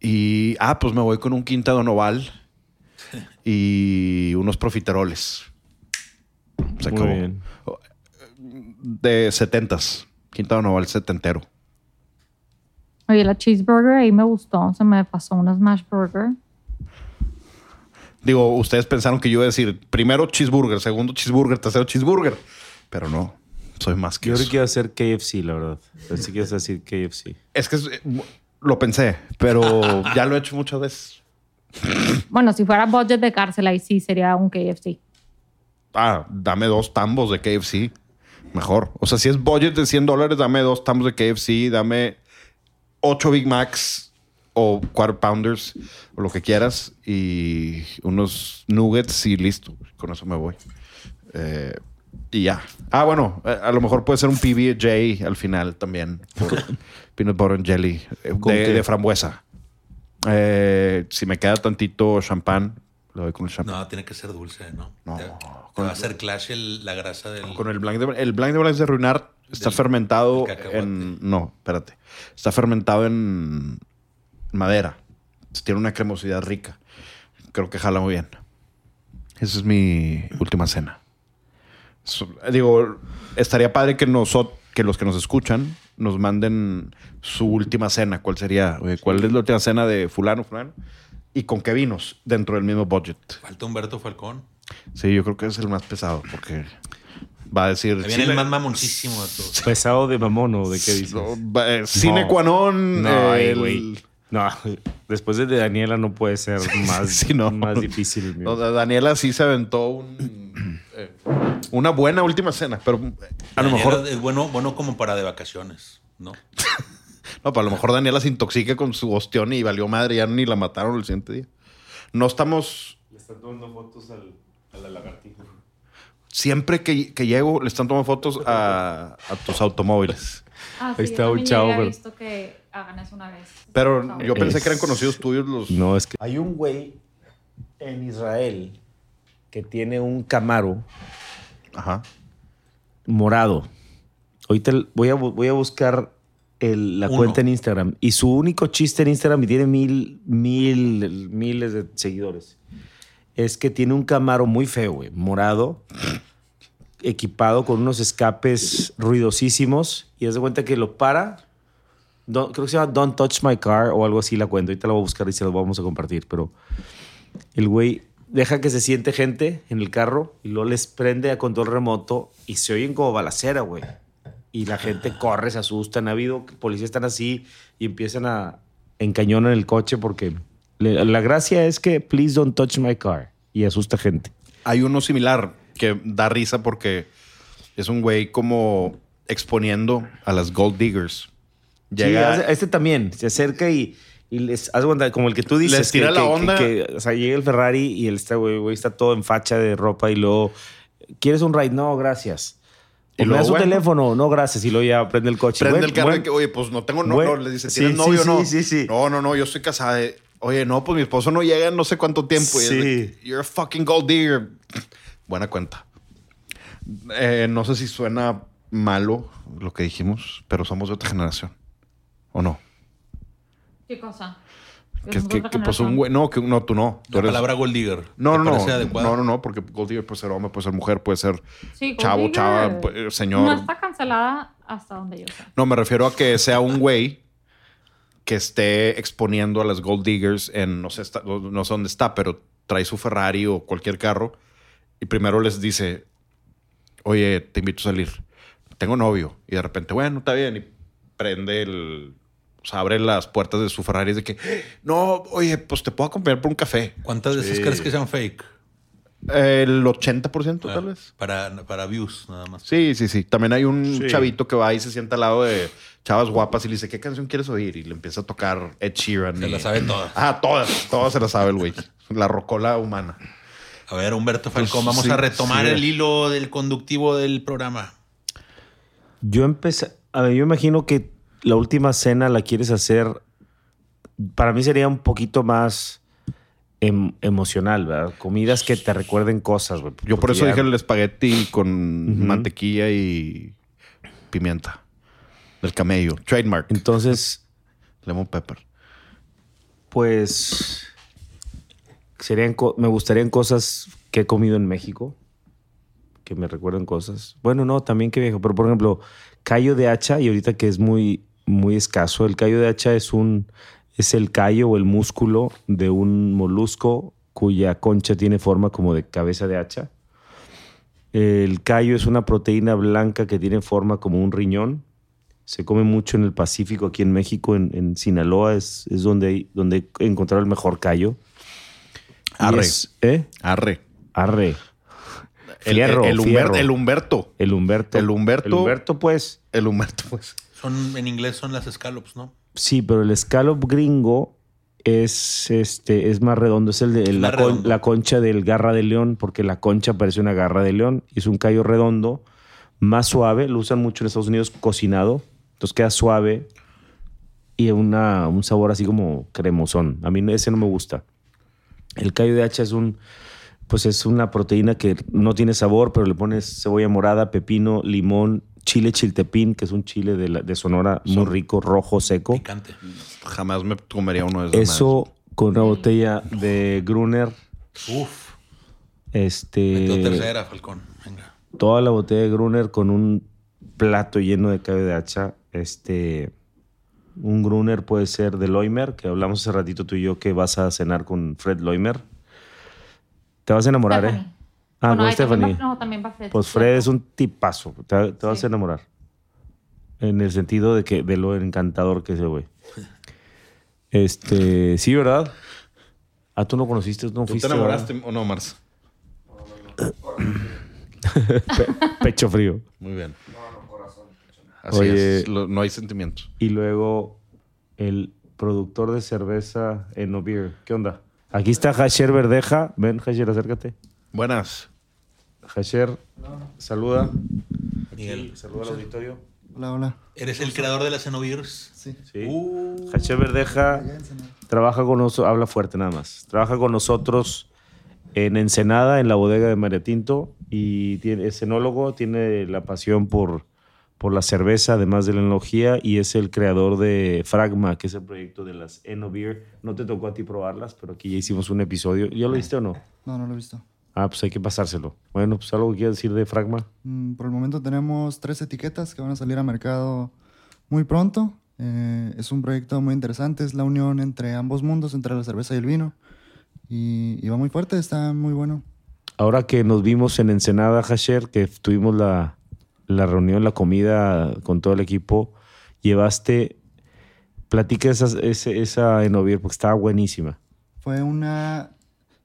Speaker 3: Y. Ah, pues me voy con un quinta Don Oval y unos profiteroles. Se
Speaker 1: Muy
Speaker 3: acabó.
Speaker 1: bien.
Speaker 3: de setentas. Quinta Don Oval setentero.
Speaker 4: Oye, la cheeseburger ahí me gustó. Se me pasó una smash burger.
Speaker 3: Digo, ustedes pensaron que yo iba a decir primero cheeseburger, segundo cheeseburger, tercero cheeseburger. Pero no, soy más que
Speaker 1: Yo creo
Speaker 3: eso.
Speaker 1: que iba a ser KFC, la verdad. Pensé que ibas a decir KFC.
Speaker 3: Es que es- eh, lo pensé, pero ya lo he hecho muchas veces.
Speaker 4: Bueno, si fuera budget de cárcel, ahí sí sería un KFC.
Speaker 3: Ah, dame dos tambos de KFC. Mejor. O sea, si es budget de 100 dólares, dame dos tambos de KFC, dame ocho Big Macs o quarter pounders o lo que quieras y unos nuggets y listo. Con eso me voy. Eh, y ya. Ah, bueno, eh, a lo mejor puede ser un PB&J al final también. por peanut butter and jelly eh,
Speaker 1: ¿Con
Speaker 3: de,
Speaker 1: qué?
Speaker 3: de frambuesa. Eh, si me queda tantito champán, lo doy con el champán.
Speaker 2: No, tiene que ser dulce, ¿no?
Speaker 3: No,
Speaker 2: Te- te
Speaker 3: con-
Speaker 2: va a hacer clash el- la grasa del.
Speaker 3: Con el blanc de el blanc de Blancs de Ruinar está
Speaker 2: Del-
Speaker 3: fermentado
Speaker 2: del cacahuate.
Speaker 3: en no, espérate. Está fermentado en madera. Tiene una cremosidad rica. Creo que jala muy bien. Esa es mi última cena. So- digo, estaría padre que nosotros que los que nos escuchan nos manden su última cena, cuál sería, Oye, cuál es la última cena de fulano, fulano y con qué vinos dentro del mismo budget.
Speaker 2: Falta Humberto Falcón.
Speaker 3: Sí, yo creo que es el más pesado porque va a decir
Speaker 2: Ahí
Speaker 3: sí,
Speaker 2: viene
Speaker 3: la-
Speaker 2: el más mamoncísimo de todos.
Speaker 1: ¿Pesado de mamón o de qué dices?
Speaker 3: No, va, eh, Sine qua non.
Speaker 1: No, ay,
Speaker 3: el-
Speaker 1: güey. No, después de Daniela no puede ser más,
Speaker 3: sí, no.
Speaker 1: más difícil. mi
Speaker 3: No, da- Daniela sí se aventó un, eh, una buena última cena, pero eh, a lo
Speaker 2: Daniela
Speaker 3: mejor
Speaker 2: Es bueno, bueno como para de vacaciones, ¿no?
Speaker 3: no, pero a lo mejor Daniela se intoxica con su ostión y valió madre, ya ni la mataron el siguiente día. No estamos
Speaker 1: Le están tomando fotos al, a la lagartija.
Speaker 3: siempre que, que llego le están tomando fotos a, a tus automóviles.
Speaker 4: Ah,
Speaker 1: sí, Ahí está yo un también chavo, llegué a pero- Eh,
Speaker 4: visto que hagan eso una vez.
Speaker 3: Pero yo
Speaker 1: Es-
Speaker 3: pensé que eran conocidos tuyos los
Speaker 1: No, es que. Hay un güey en Israel que tiene un Camaro
Speaker 3: Ajá.
Speaker 1: morado. Ahorita el- voy a, bu- voy a buscar el- la
Speaker 2: Uno.
Speaker 1: cuenta en Instagram. Y su único chiste en Instagram, y tiene mil, mil, miles de seguidores, es que tiene un Camaro muy feo, güey, morado, equipado con unos escapes ruidosísimos. Y haz de cuenta que lo para. Don't- creo que se llama Don't Touch My Car o algo así la cuenta. Ahorita la voy a buscar y se la vamos a compartir. Pero el güey deja que se siente gente en el carro y luego les prende a control remoto y se oyen como balacera, güey. Y la gente corre, se asustan. Ha habido que policías están así y empiezan a encañonar el coche porque le- la gracia es que please don't touch my car y asusta gente.
Speaker 3: Hay uno similar que da risa porque es un güey como exponiendo a las gold diggers. Llega,
Speaker 1: Sí, hace- este también se acerca y, y les haz cuenta, como el que tú dices.
Speaker 3: Les tira
Speaker 1: que-
Speaker 3: la
Speaker 1: que-
Speaker 3: onda.
Speaker 1: que- que, o sea, llega el Ferrari y el este güey, güey está todo en facha de ropa y luego, ¿quieres un ride? No, gracias.
Speaker 3: Y
Speaker 1: O me
Speaker 3: luego,
Speaker 1: das un
Speaker 3: bueno.
Speaker 1: teléfono, no, gracias. Y luego ya prende el coche.
Speaker 3: prende
Speaker 1: Buen-
Speaker 3: el carro
Speaker 1: buen-
Speaker 3: y que, oye, pues no tengo novio.
Speaker 1: buen-
Speaker 3: le dice,
Speaker 1: Sí,
Speaker 3: ¿tienes
Speaker 1: sí,
Speaker 3: novio o
Speaker 1: sí,
Speaker 3: no?
Speaker 1: sí, sí.
Speaker 3: No, no, no, yo estoy casada. Eh, Oye, no, pues mi esposo no llega en no sé cuánto tiempo. Y es
Speaker 1: Sí.
Speaker 3: de que, You're a fucking gold digger. Buena cuenta. Eh, no sé si suena malo lo que dijimos, pero somos de otra generación. ¿O no?
Speaker 4: ¿Qué cosa?
Speaker 3: Que, que, que pues un güey... No, que no, tú no. Tú
Speaker 2: La
Speaker 3: eres-
Speaker 2: palabra gold digger.
Speaker 3: No,
Speaker 2: ¿te
Speaker 3: no, no.
Speaker 2: parece adecuada?
Speaker 3: No, no, no, porque Gold Digger puede ser hombre, puede ser mujer, puede ser
Speaker 4: Sí, Gold
Speaker 3: chavo,
Speaker 4: Digger.
Speaker 3: chava,
Speaker 1: pues,
Speaker 3: pu-
Speaker 4: No
Speaker 3: señor. No,
Speaker 4: está cancelada hasta donde yo sé.
Speaker 3: me refiero a que sea un güey que esté exponiendo a las Gold Diggers en no sé, está- no sé dónde está, pero trae su Ferrari o cualquier carro y primero les dice, oye, te invito a salir. Tengo novio. Y de repente, bueno, está bien. Y prende el... O sea, abre las puertas de su Ferrari y de que, no, oye, pues te puedo acompañar por un café.
Speaker 2: ¿Cuántas de esas
Speaker 3: Sí.
Speaker 2: crees que sean fake? Ah,
Speaker 3: El 80% tal vez.
Speaker 2: Para, para views, nada más.
Speaker 3: Sí, sí, sí. También hay un
Speaker 1: Sí.
Speaker 3: chavito que va y se sienta al lado de chavas guapas y le dice, ¿qué canción quieres oír? Y le empieza a tocar Ed Sheeran.
Speaker 2: Se
Speaker 3: y-
Speaker 2: la sabe todas.
Speaker 3: Ah, todas, todas se las sabe el güey. La rocola humana.
Speaker 2: A ver, Humberto Falcón, vamos
Speaker 3: Pues sí,
Speaker 2: a retomar
Speaker 3: sí.
Speaker 2: el hilo del conductivo del programa.
Speaker 1: Yo empecé. A ver, yo imagino que la última cena la quieres hacer. Para mí sería un poquito más em- emocional, ¿verdad? Comidas que te recuerden cosas, güey.
Speaker 3: Yo por
Speaker 1: Porque
Speaker 3: eso
Speaker 1: ya-
Speaker 3: dije el espagueti con
Speaker 1: Ujú.
Speaker 3: mantequilla y pimienta. Del camello. Trademark.
Speaker 1: Entonces,
Speaker 3: Lemon pepper.
Speaker 1: pues. Serían, co- me gustarían cosas que he comido en México. Que me recuerden cosas. Bueno, no, también que viejo. Pero por ejemplo, callo de hacha, y ahorita que es muy, muy escaso, el callo de hacha es un. Es el callo o el músculo de un molusco cuya concha tiene forma como de cabeza de hacha. El callo es una proteína blanca que tiene forma como un riñón. Se come mucho en el Pacífico, aquí en México, en, en Sinaloa, es, es donde, hay- donde he encontrado el mejor callo. Y
Speaker 3: Arre.
Speaker 1: es- ¿eh?
Speaker 3: Arre.
Speaker 1: Arre.
Speaker 3: El,
Speaker 1: Fierro,
Speaker 3: el- el Humber-
Speaker 1: fierro.
Speaker 3: el Humberto.
Speaker 1: El Humberto.
Speaker 3: El Humberto.
Speaker 1: El Humberto, pues.
Speaker 3: El Humberto, pues.
Speaker 2: Son, en inglés son las scallops, ¿no?
Speaker 1: Sí, pero el scallop gringo es, este, es más redondo. Es el de la,
Speaker 2: más
Speaker 1: con-
Speaker 2: redondo.
Speaker 1: la concha del garra de león, porque la concha parece una garra de león. Es un callo redondo, más suave. Lo usan mucho en Estados Unidos cocinado. Entonces queda suave y una, un sabor así como cremosón. A mí no- ese no me gusta. El callo de hacha es un... Pues es una proteína que no tiene sabor, pero le pones cebolla morada, pepino, limón, chile chiltepín, que es un chile de, la- de Sonora muy rico, rojo, seco.
Speaker 2: Picante.
Speaker 3: Jamás me comería uno de esos.
Speaker 1: Eso con una botella de Gruner,
Speaker 2: Uf. metió
Speaker 1: este,
Speaker 2: tercera, Falcón. Venga.
Speaker 1: toda la botella de Gruner con un plato lleno de cabeza de hacha, este, un Gruner puede ser de Loimer, que hablamos hace ratito tú y yo que vas a cenar con Fred Loimer. Te vas a enamorar,
Speaker 4: Stephanie.
Speaker 1: ¿eh? Ah,
Speaker 4: Bueno,
Speaker 1: con
Speaker 4: ahí también
Speaker 1: Stephanie.
Speaker 4: va- no, también va Fred.
Speaker 1: Pues Fred es un tipazo, te, te vas
Speaker 4: Sí.
Speaker 1: a enamorar. En el sentido de que de lo encantador que es el güey. Este, sí, ¿verdad? Ah, tú no conociste, tú no
Speaker 3: ¿Tú te
Speaker 1: fuiste.
Speaker 3: enamoraste o no, Mars?
Speaker 1: ¿verdad? Pecho frío.
Speaker 3: Muy bien. Así
Speaker 1: Oye.
Speaker 3: es. lo- no hay sentimientos.
Speaker 1: Y luego el productor de cerveza en No Beer. ¿Qué onda? Aquí está Hasher Verdeja. Ven, Hasher, acércate.
Speaker 3: Buenas.
Speaker 1: Hasher, saluda.
Speaker 2: Miguel,
Speaker 1: Saluda al auditorio.
Speaker 5: Hola, hola.
Speaker 2: ¿eres el creador de las Cenobirs?
Speaker 5: Sí.
Speaker 1: Sí.
Speaker 2: Uh.
Speaker 1: Hashem Verdeja
Speaker 5: Allá en Senado.
Speaker 1: trabaja con nosotros, habla fuerte nada más. Trabaja con nosotros en Ensenada, en la bodega de María Tinto, y tiene, es enólogo, tiene la pasión por, por la cerveza, además de la enología, y es el creador de Fragma, que es el proyecto de las Enobeer. No te tocó a ti probarlas, pero aquí ya hicimos un episodio. ¿Ya lo viste o no?
Speaker 5: No, no lo he visto.
Speaker 1: Ah, pues hay que pasárselo. Bueno, pues algo que quieras decir de Fragma.
Speaker 5: Mm, Por el momento tenemos tres etiquetas que van a salir a mercado muy pronto. Eh, es un proyecto muy interesante, es la unión entre ambos mundos, entre la cerveza y el vino. Y, y va muy fuerte, está muy bueno.
Speaker 1: Ahora que nos vimos en Ensenada, Hasher, que tuvimos la, la reunión, la comida con todo el equipo, llevaste. Platica esa, esa, esa Enovir, porque estaba buenísima.
Speaker 5: Fue una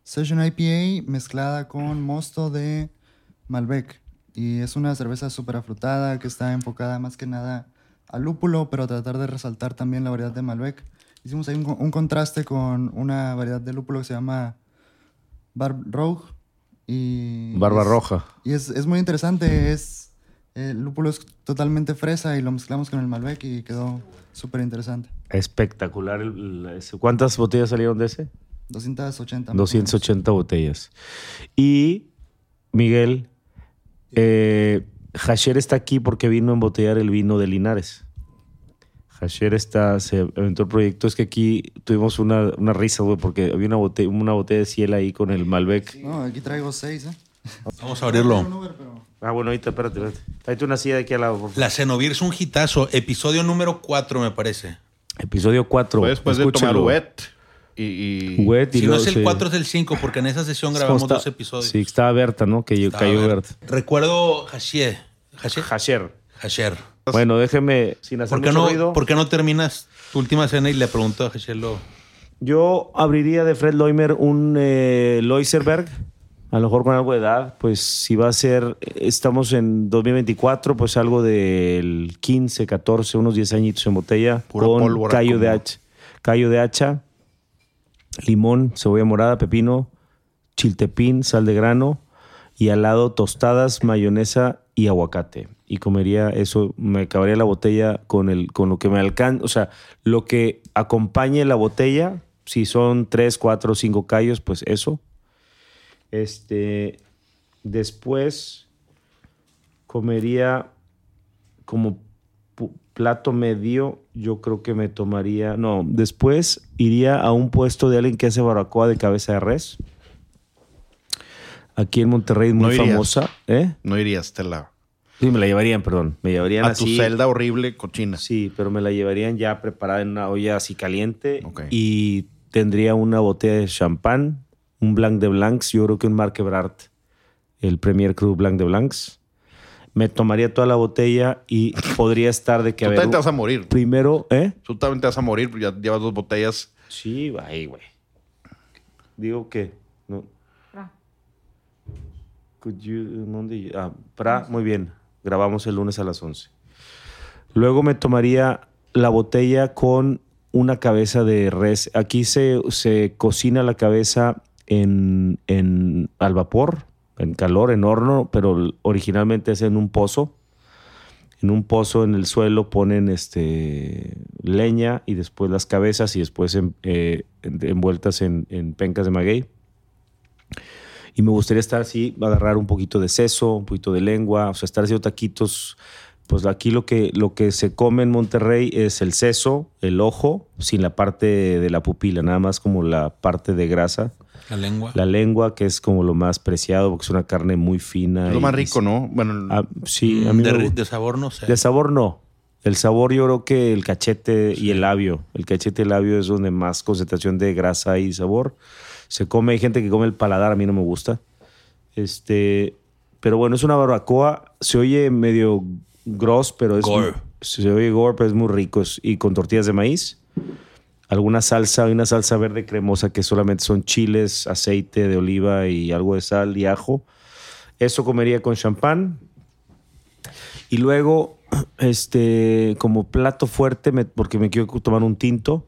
Speaker 5: Session IPA mezclada con mosto de Malbec. Y es una cerveza súper afrutada que está enfocada más que nada al lúpulo, pero a tratar de resaltar también la variedad de Malbec. Hicimos ahí un, co- un contraste con una variedad de lúpulo que se llama Barb Rogue. Y
Speaker 1: Barba
Speaker 5: es-
Speaker 1: Roja.
Speaker 5: Y es, es muy interesante. Es, eh, el lúpulo es totalmente fresa y lo mezclamos con el Malbec y quedó súper interesante.
Speaker 1: Espectacular. el- el- ese. ¿Cuántas botellas salieron de ese?
Speaker 5: 280. más o menos.
Speaker 1: 280 botellas. Y Miguel, eh, Hasher está aquí porque vino a embotellar el vino de Linares. Hasher está, se aventó el proyecto. Es que aquí tuvimos una, una risa, güey, porque había una botella, una botella de ciel ahí con el Malbec.
Speaker 5: No, aquí traigo seis, ¿eh?
Speaker 2: Vamos a abrirlo.
Speaker 5: Un Uber, pero-
Speaker 1: Ah, bueno, ahorita, espérate, espérate. Tráete una silla de aquí al lado, por favor.
Speaker 2: La Cenovir es un hitazo, episodio número 4 me parece.
Speaker 1: Episodio 4.
Speaker 3: Fue después de tomar Uet. Y, y-
Speaker 1: Wet y
Speaker 2: Si no
Speaker 1: luego
Speaker 2: es el
Speaker 1: se-
Speaker 2: 4, es el 5, porque en esa sesión grabamos
Speaker 1: Consta-
Speaker 2: dos episodios.
Speaker 1: Sí, estaba Berta, ¿no? Que yo-
Speaker 2: Estaba
Speaker 1: cayó
Speaker 2: Bert.
Speaker 1: Berta.
Speaker 2: Recuerdo Hashier. Hashier.
Speaker 1: Hasher.
Speaker 2: Hashier.
Speaker 1: Bueno, déjeme, sin hacer
Speaker 2: ¿Por qué,
Speaker 1: mucho ruido.
Speaker 2: no, por qué no terminas tu última cena y le pregunto a Hashier lo.
Speaker 1: Yo abriría de Fred Loimer un eh, Loiserberg, a lo mejor con algo de edad, pues si va a ser, estamos en 2024, pues algo del 15, 14, unos 10 añitos en botella,
Speaker 3: Pura
Speaker 1: con
Speaker 3: pólvora,
Speaker 1: callo de,
Speaker 3: como-
Speaker 1: hacha, callo de hacha, limón, cebolla morada, pepino, chiltepín, sal de grano y al lado tostadas, mayonesa y aguacate. Y comería eso, me acabaría la botella con, el, con lo que me alcanza, o sea, lo que acompañe la botella, si son tres, cuatro, cinco callos, pues eso. Este, después comería como pu- plato medio, yo creo que me tomaría, no, después iría a un puesto de alguien que hace barbacoa de cabeza de res. Aquí en Monterrey es
Speaker 3: No
Speaker 1: muy
Speaker 3: irías.
Speaker 1: famosa, ¿eh?
Speaker 3: no irías, te la.
Speaker 1: Sí, me la llevarían, perdón. Me llevarían
Speaker 3: A
Speaker 1: así.
Speaker 3: tu celda horrible, cochina.
Speaker 1: Sí, pero me la llevarían ya preparada en una olla así caliente.
Speaker 3: Ok.
Speaker 1: Y tendría una botella de champán, un Blanc de Blancs, yo creo que un Marque Brart, el Premier Cru Blanc de Blancs. Me tomaría toda la botella y podría estar de que a
Speaker 3: Tú
Speaker 1: ver,
Speaker 3: también te vas a morir.
Speaker 1: primero, ¿eh?
Speaker 3: Tú también te vas a morir, ya llevas dos botellas.
Speaker 1: Sí, ahí, güey. Digo que no.
Speaker 4: Pra.
Speaker 1: Could you- Monday- ah, pra, muy bien. Grabamos el lunes a las 11. Luego me tomaría la botella con una cabeza de res. Aquí se, se cocina la cabeza en, en- al vapor, en calor, en horno, pero originalmente es en un pozo. En un pozo en el suelo ponen este, leña y después las cabezas y después en- eh, en- envueltas en, en pencas de maguey. Y me gustaría estar así, agarrar un poquito de seso, un poquito de lengua, o sea, estar haciendo taquitos. Pues aquí lo que, lo que se come en Monterrey es el seso, el ojo, sin la parte de la pupila, nada más como la parte de grasa.
Speaker 2: La lengua.
Speaker 1: La lengua, que es como lo más preciado, porque es una carne muy fina.
Speaker 3: Es lo
Speaker 1: y-
Speaker 3: más rico, ¿no? Bueno,
Speaker 1: Ah, sí, a mí
Speaker 2: Mm, de,
Speaker 1: me
Speaker 2: ri-
Speaker 1: gusta.
Speaker 2: de sabor, no sé.
Speaker 1: De sabor no. El sabor yo creo que el cachete y el labio. El cachete y el labio es donde más concentración de grasa y sabor. Se come, hay gente que come el paladar, a mí no me gusta. Este, pero bueno, es una barbacoa, se oye medio gross, pero es
Speaker 2: Gore.
Speaker 1: muy- se oye gore, pero es muy rico es- y con tortillas de maíz. Alguna salsa, hay una salsa verde cremosa que solamente son chiles, aceite de oliva y algo de sal y ajo. Eso comería con champán. Y luego, este, como plato fuerte, me- porque me quiero tomar un tinto,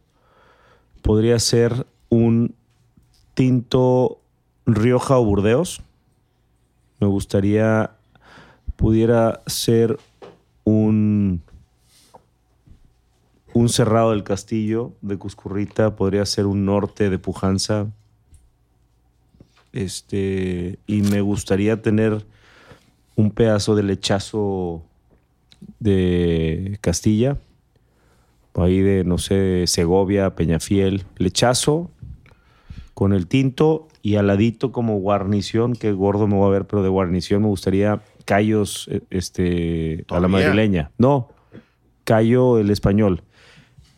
Speaker 1: podría ser un tinto Rioja o Burdeos. Me gustaría, pudiera ser un, un cerrado del castillo de Cuscurrita, podría ser un norte de Pujanza. Este, y me gustaría tener un pedazo de lechazo de Castilla, ahí de, no sé, Segovia, Peñafiel, lechazo con el tinto y aladito como guarnición, que gordo me voy a ver, pero de guarnición me gustaría callos eh, este, a la
Speaker 3: Todavía.
Speaker 1: madrileña. No, callo el español.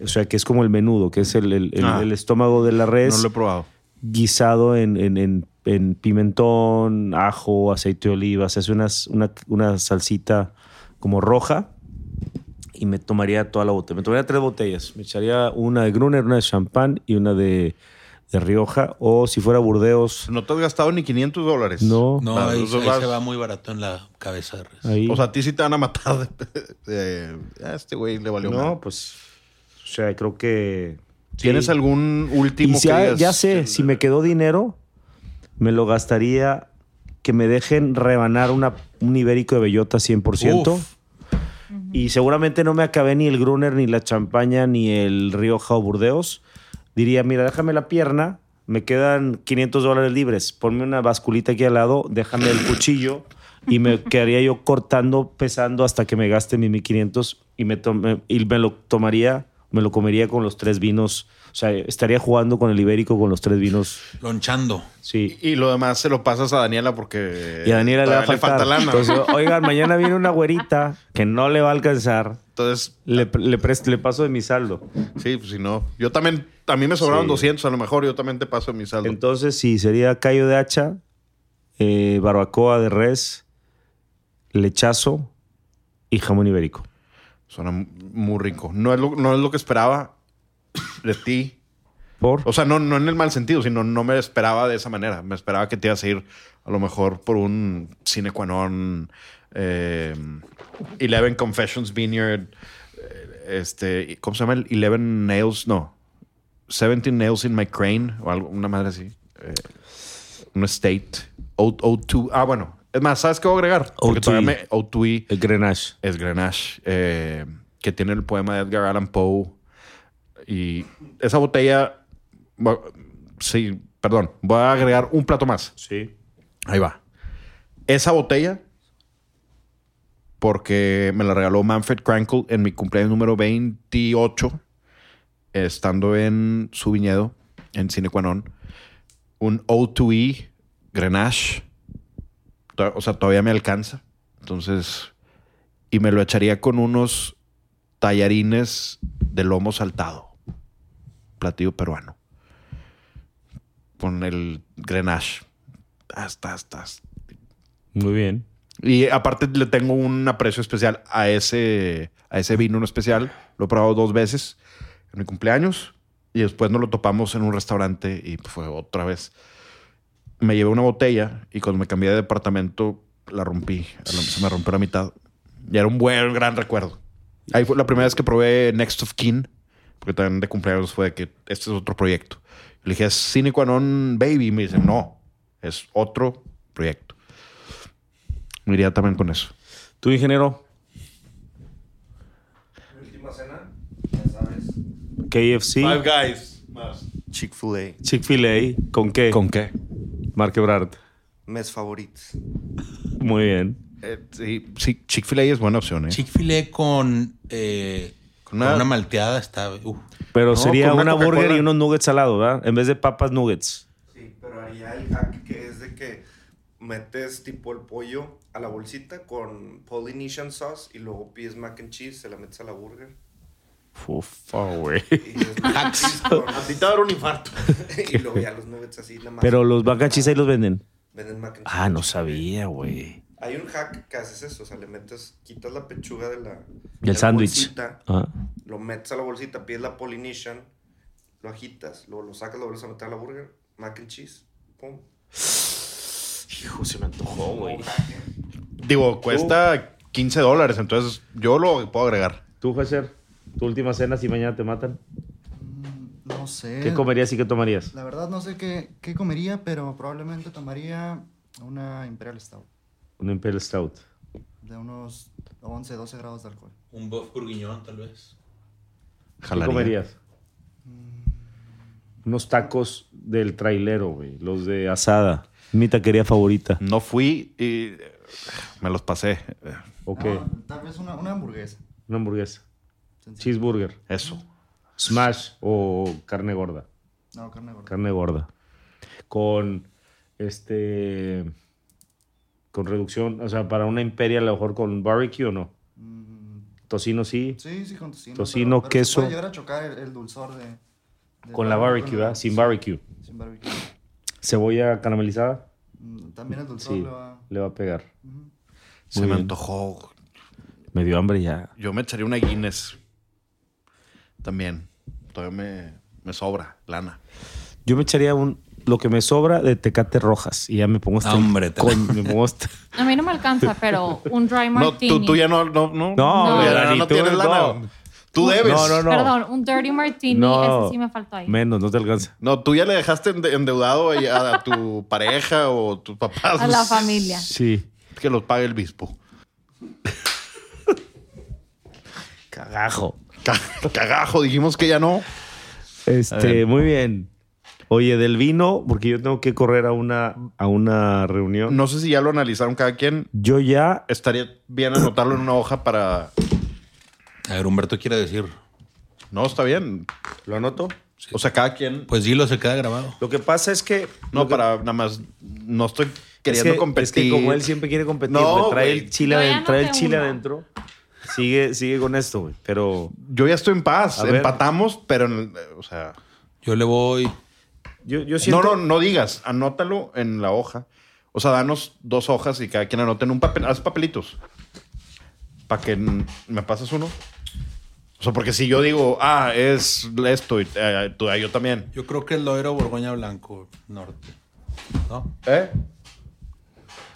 Speaker 1: O sea, que es como el menudo, que es el, el- el-
Speaker 3: Ah.
Speaker 1: el estómago de la res
Speaker 3: no lo he probado.
Speaker 1: guisado en, en- en- en pimentón, ajo, aceite de oliva. Se hace unas- una, una salsita como roja y me tomaría toda la botella. Me tomaría tres botellas. Me echaría una de Gruner, una de champán y una de, de Rioja. O si fuera Burdeos,
Speaker 3: No te has gastado ni 500 dólares.
Speaker 1: no.
Speaker 2: No,
Speaker 3: Vas-
Speaker 2: ahí,
Speaker 3: vas-
Speaker 2: ahí se va muy barato en la cabeza de res.
Speaker 1: Ahí.
Speaker 3: O sea, a ti sí te van a matar. de- de- a este güey le valió
Speaker 1: no,
Speaker 3: madre.
Speaker 1: pues. O sea, creo que.
Speaker 3: ¿Tienes
Speaker 1: sí.
Speaker 3: algún
Speaker 1: Y
Speaker 3: último
Speaker 1: si
Speaker 3: que
Speaker 1: ha-
Speaker 3: digas-
Speaker 1: ya sé, si me quedó dinero, me lo gastaría que me dejen rebanar una, un ibérico de bellota 100%.
Speaker 2: Uf.
Speaker 1: Y seguramente no me acabé ni el Gruner, ni la champaña, ni el Rioja o Burdeos. Diría, mira, déjame la pierna, me quedan 500 dólares libres, ponme una basculita aquí al lado, déjame el cuchillo y me quedaría yo cortando, pesando hasta que me gaste mis 1500 y me, tome- y me lo tomaría Me lo comería con los tres vinos. O sea, estaría jugando con el ibérico con los tres vinos.
Speaker 2: Lonchando.
Speaker 1: Sí.
Speaker 3: Y lo demás se lo pasas a Daniela porque.
Speaker 1: Y a Daniela le va a
Speaker 3: Eh, todavía
Speaker 1: faltar.
Speaker 3: falta lana.
Speaker 1: Entonces, oigan, mañana viene una güerita que no le va a alcanzar.
Speaker 3: Entonces,
Speaker 1: Le, le, presto- le paso de mi saldo.
Speaker 3: sí, pues si no. Yo también, a mí me sobraron
Speaker 1: Sí.
Speaker 3: 200, a lo mejor yo también te paso mi saldo.
Speaker 1: Entonces, sí, sería callo de hacha, eh, barbacoa de res, lechazo y jamón ibérico.
Speaker 3: Suena mu- muy rico. No es, lo, no es lo que esperaba de ti.
Speaker 1: Por
Speaker 3: O sea, no, no en el mal sentido, sino no me esperaba de esa manera. Me esperaba que te ibas a ir a lo mejor por un cine cuanón, eh, Eleven Confessions Vineyard, eh, este, ¿cómo se llama? el Eleven Nails, no. 17 Nails in My Crane o algo, una madre así. Eh, un estate. O, O2. Ah, bueno. Es más, ¿sabes qué voy a agregar? Porque
Speaker 1: O2E.
Speaker 3: todavía me- O2E
Speaker 1: el grenache.
Speaker 3: es Grenache, eh, que tiene el poema de Edgar Allan Poe. Y esa botella, va- sí, perdón, voy a agregar un plato más.
Speaker 1: Sí.
Speaker 3: Ahí va. Esa botella, porque me la regaló Manfred Crankle en mi cumpleaños número 28, estando en su viñedo, en Cinequanón, un O2E Grenache. To- O sea, todavía me alcanza. Entonces, y me lo echaría con unos tallarines de lomo saltado, platillo peruano, con el Grenache. Hasta, hasta.
Speaker 1: Muy bien.
Speaker 3: Y aparte le tengo un aprecio especial a ese, a ese vino en especial. Lo he probado dos veces en mi cumpleaños y después nos lo topamos en un restaurante y fue otra vez. Me llevé una botella y cuando me cambié de departamento la rompí. A la- Se me rompió la mitad. Y era un buen, gran recuerdo. Ahí fue la primera vez que probé Next of Kin, porque también de cumpleaños fue de que este es otro proyecto. Le dije, es Cine Quanon Baby. Y me dicen, no, es otro proyecto. Me iría también con eso.
Speaker 1: ¿Tú, ingeniero?
Speaker 3: Five
Speaker 1: KFC,
Speaker 3: Guys más.
Speaker 6: Chick-fil-A.
Speaker 1: Chick-fil-A, ¿con qué?
Speaker 3: ¿Con qué?
Speaker 1: Marque Brad.
Speaker 6: Mes favoritos.
Speaker 1: Muy bien.
Speaker 3: Eh, sí, sí, Chick-fil-A es buena opción, ¿eh?
Speaker 2: Chick-fil-A con, eh,
Speaker 3: Con
Speaker 2: con,
Speaker 3: una-
Speaker 2: una... malteada está. uf.
Speaker 1: Pero
Speaker 3: No,
Speaker 1: sería
Speaker 3: con
Speaker 1: una,
Speaker 3: una Coca-Cola.
Speaker 1: burger y unos nuggets salados, ¿verdad? En vez de papas, nuggets.
Speaker 6: Sí, pero haría el hack que es de que metes tipo el pollo a la bolsita con Polynesian sauce y luego pides mac and cheese, se la metes a la burger.
Speaker 1: Ufa, güey.
Speaker 6: Y es mac and cheese
Speaker 3: A ti te va a dar un infarto.
Speaker 6: con- y luego ya los nuggets así nada más.
Speaker 1: Pero los mac and cheese ahí los venden.
Speaker 6: Venden mac and cheese.
Speaker 1: Ah, no sabía, güey.
Speaker 6: Hay un hack que haces eso, o sea, le metes, quitas la pechuga de la...
Speaker 1: Y
Speaker 6: de
Speaker 1: el
Speaker 6: la
Speaker 1: sándwich.
Speaker 6: bolsita,
Speaker 1: Ah.
Speaker 6: Lo metes a la bolsita, pides la Polynesian, lo agitas, luego lo sacas, lo vuelves a meter a la burger, mac and cheese, pum.
Speaker 1: Hijo, se me antojó, güey. uh.
Speaker 3: Digo, cuesta 15 dólares, entonces yo lo puedo agregar.
Speaker 1: ¿Tú, Hesher? ¿Tu última cena si mañana te matan?
Speaker 5: No sé.
Speaker 6: Mm.
Speaker 1: ¿Qué comerías y qué tomarías?
Speaker 5: La verdad no sé qué, qué comería, pero probablemente tomaría una Imperial Stout
Speaker 1: Un Imperial Stout.
Speaker 5: de unos 11, 12 grados de alcohol.
Speaker 2: Un bof bourguignon, tal vez.
Speaker 1: ¿Qué
Speaker 3: Jalaría.
Speaker 1: comerías?
Speaker 6: Mm.
Speaker 1: Unos tacos del trailero, güey. Los de asada. Mi taquería favorita.
Speaker 3: No fui y eh, me los pasé. Eh,
Speaker 1: Ok.
Speaker 6: Ah.
Speaker 5: No, tal vez una, una hamburguesa.
Speaker 1: Una hamburguesa.
Speaker 5: sencilla.
Speaker 1: Cheeseburger.
Speaker 3: Eso.
Speaker 1: Smash o carne gorda.
Speaker 5: No, carne gorda.
Speaker 1: Carne gorda. Con este. Con reducción. O sea, para una imperia a lo mejor con barbecue o no.
Speaker 5: Mm,
Speaker 1: Tocino sí.
Speaker 5: sí, sí, con tocino.
Speaker 1: Tocino,
Speaker 5: se
Speaker 1: queso.
Speaker 5: Puede llegar a chocar el, el dulzor de... del
Speaker 1: Con la barbecue, ¿verdad? Sin barbecue.
Speaker 5: Sin barbecue.
Speaker 1: Cebolla caramelizada.
Speaker 5: Mm, También el dulzor
Speaker 1: Sí.
Speaker 5: le va...
Speaker 1: Le va a pegar.
Speaker 3: Se
Speaker 1: Muy
Speaker 3: me
Speaker 1: bien.
Speaker 3: antojó.
Speaker 1: Me dio hambre ya.
Speaker 3: Yo me echaría una Guinness. También. Todavía me, me sobra lana.
Speaker 1: Yo me echaría un, lo que me sobra de tecate rojas y ya me pongo hasta. el
Speaker 2: Hombre, te-
Speaker 1: coño, me pongo hasta-
Speaker 4: A mí no me alcanza, pero un dry
Speaker 3: No,
Speaker 4: martini.
Speaker 3: tú, tú ya no. No,
Speaker 1: No,
Speaker 3: no, no,
Speaker 4: no,
Speaker 3: ya
Speaker 1: Dani,
Speaker 3: no
Speaker 1: tú
Speaker 3: tienes
Speaker 1: no.
Speaker 3: lana. Tú debes.
Speaker 1: No, no, no.
Speaker 4: Perdón, un dirty martini,
Speaker 1: No.
Speaker 4: ese sí me faltó ahí.
Speaker 1: Menos, no te alcanza.
Speaker 3: No, tú ya le dejaste ende- endeudado ahí a, a tu pareja o tus papás.
Speaker 4: A la familia.
Speaker 1: Sí.
Speaker 3: Que los pague el bispo.
Speaker 1: Cagajo.
Speaker 3: Ca- Cagajo, dijimos que ya no.
Speaker 1: Este, muy bien. Oye, del vino, porque yo tengo que correr a una, a una reunión.
Speaker 3: No sé si ya lo analizaron cada quien.
Speaker 1: Yo ya.
Speaker 3: Estaría bien anotarlo en una hoja para.
Speaker 2: A ver, Humberto quiere decir.
Speaker 3: No, está bien.
Speaker 1: ¿Lo anoto?
Speaker 3: O sea, cada quien.
Speaker 2: Pues Gilo se queda grabado.
Speaker 1: Lo que pasa es que.
Speaker 3: No,
Speaker 1: lo que-
Speaker 3: para nada más. No estoy
Speaker 1: es
Speaker 3: queriendo
Speaker 1: que-
Speaker 3: competir.
Speaker 1: Es que como él siempre quiere competir,
Speaker 3: No,
Speaker 1: güey, trae
Speaker 3: güey.
Speaker 1: el chile,
Speaker 4: Yo
Speaker 1: aden-
Speaker 4: ya
Speaker 1: trae el
Speaker 4: anoté
Speaker 1: chile
Speaker 4: una.
Speaker 1: adentro. Sigue, sigue con esto, güey. Pero
Speaker 3: Yo ya estoy en paz.
Speaker 1: A ver.
Speaker 3: Empatamos, pero. en- O sea.
Speaker 2: Yo le voy.
Speaker 1: yo, yo siento.
Speaker 3: No, no, no digas. Anótalo en la hoja. O sea, danos dos hojas y cada quien anote en un papel. Haz papelitos. Para que n- me pasas uno. O sea, porque si yo digo, ah, es esto, y eh, tú, ah, yo también.
Speaker 2: Yo creo que el Loira o Borgoña Blanco Norte. ¿No?
Speaker 3: ¿Eh?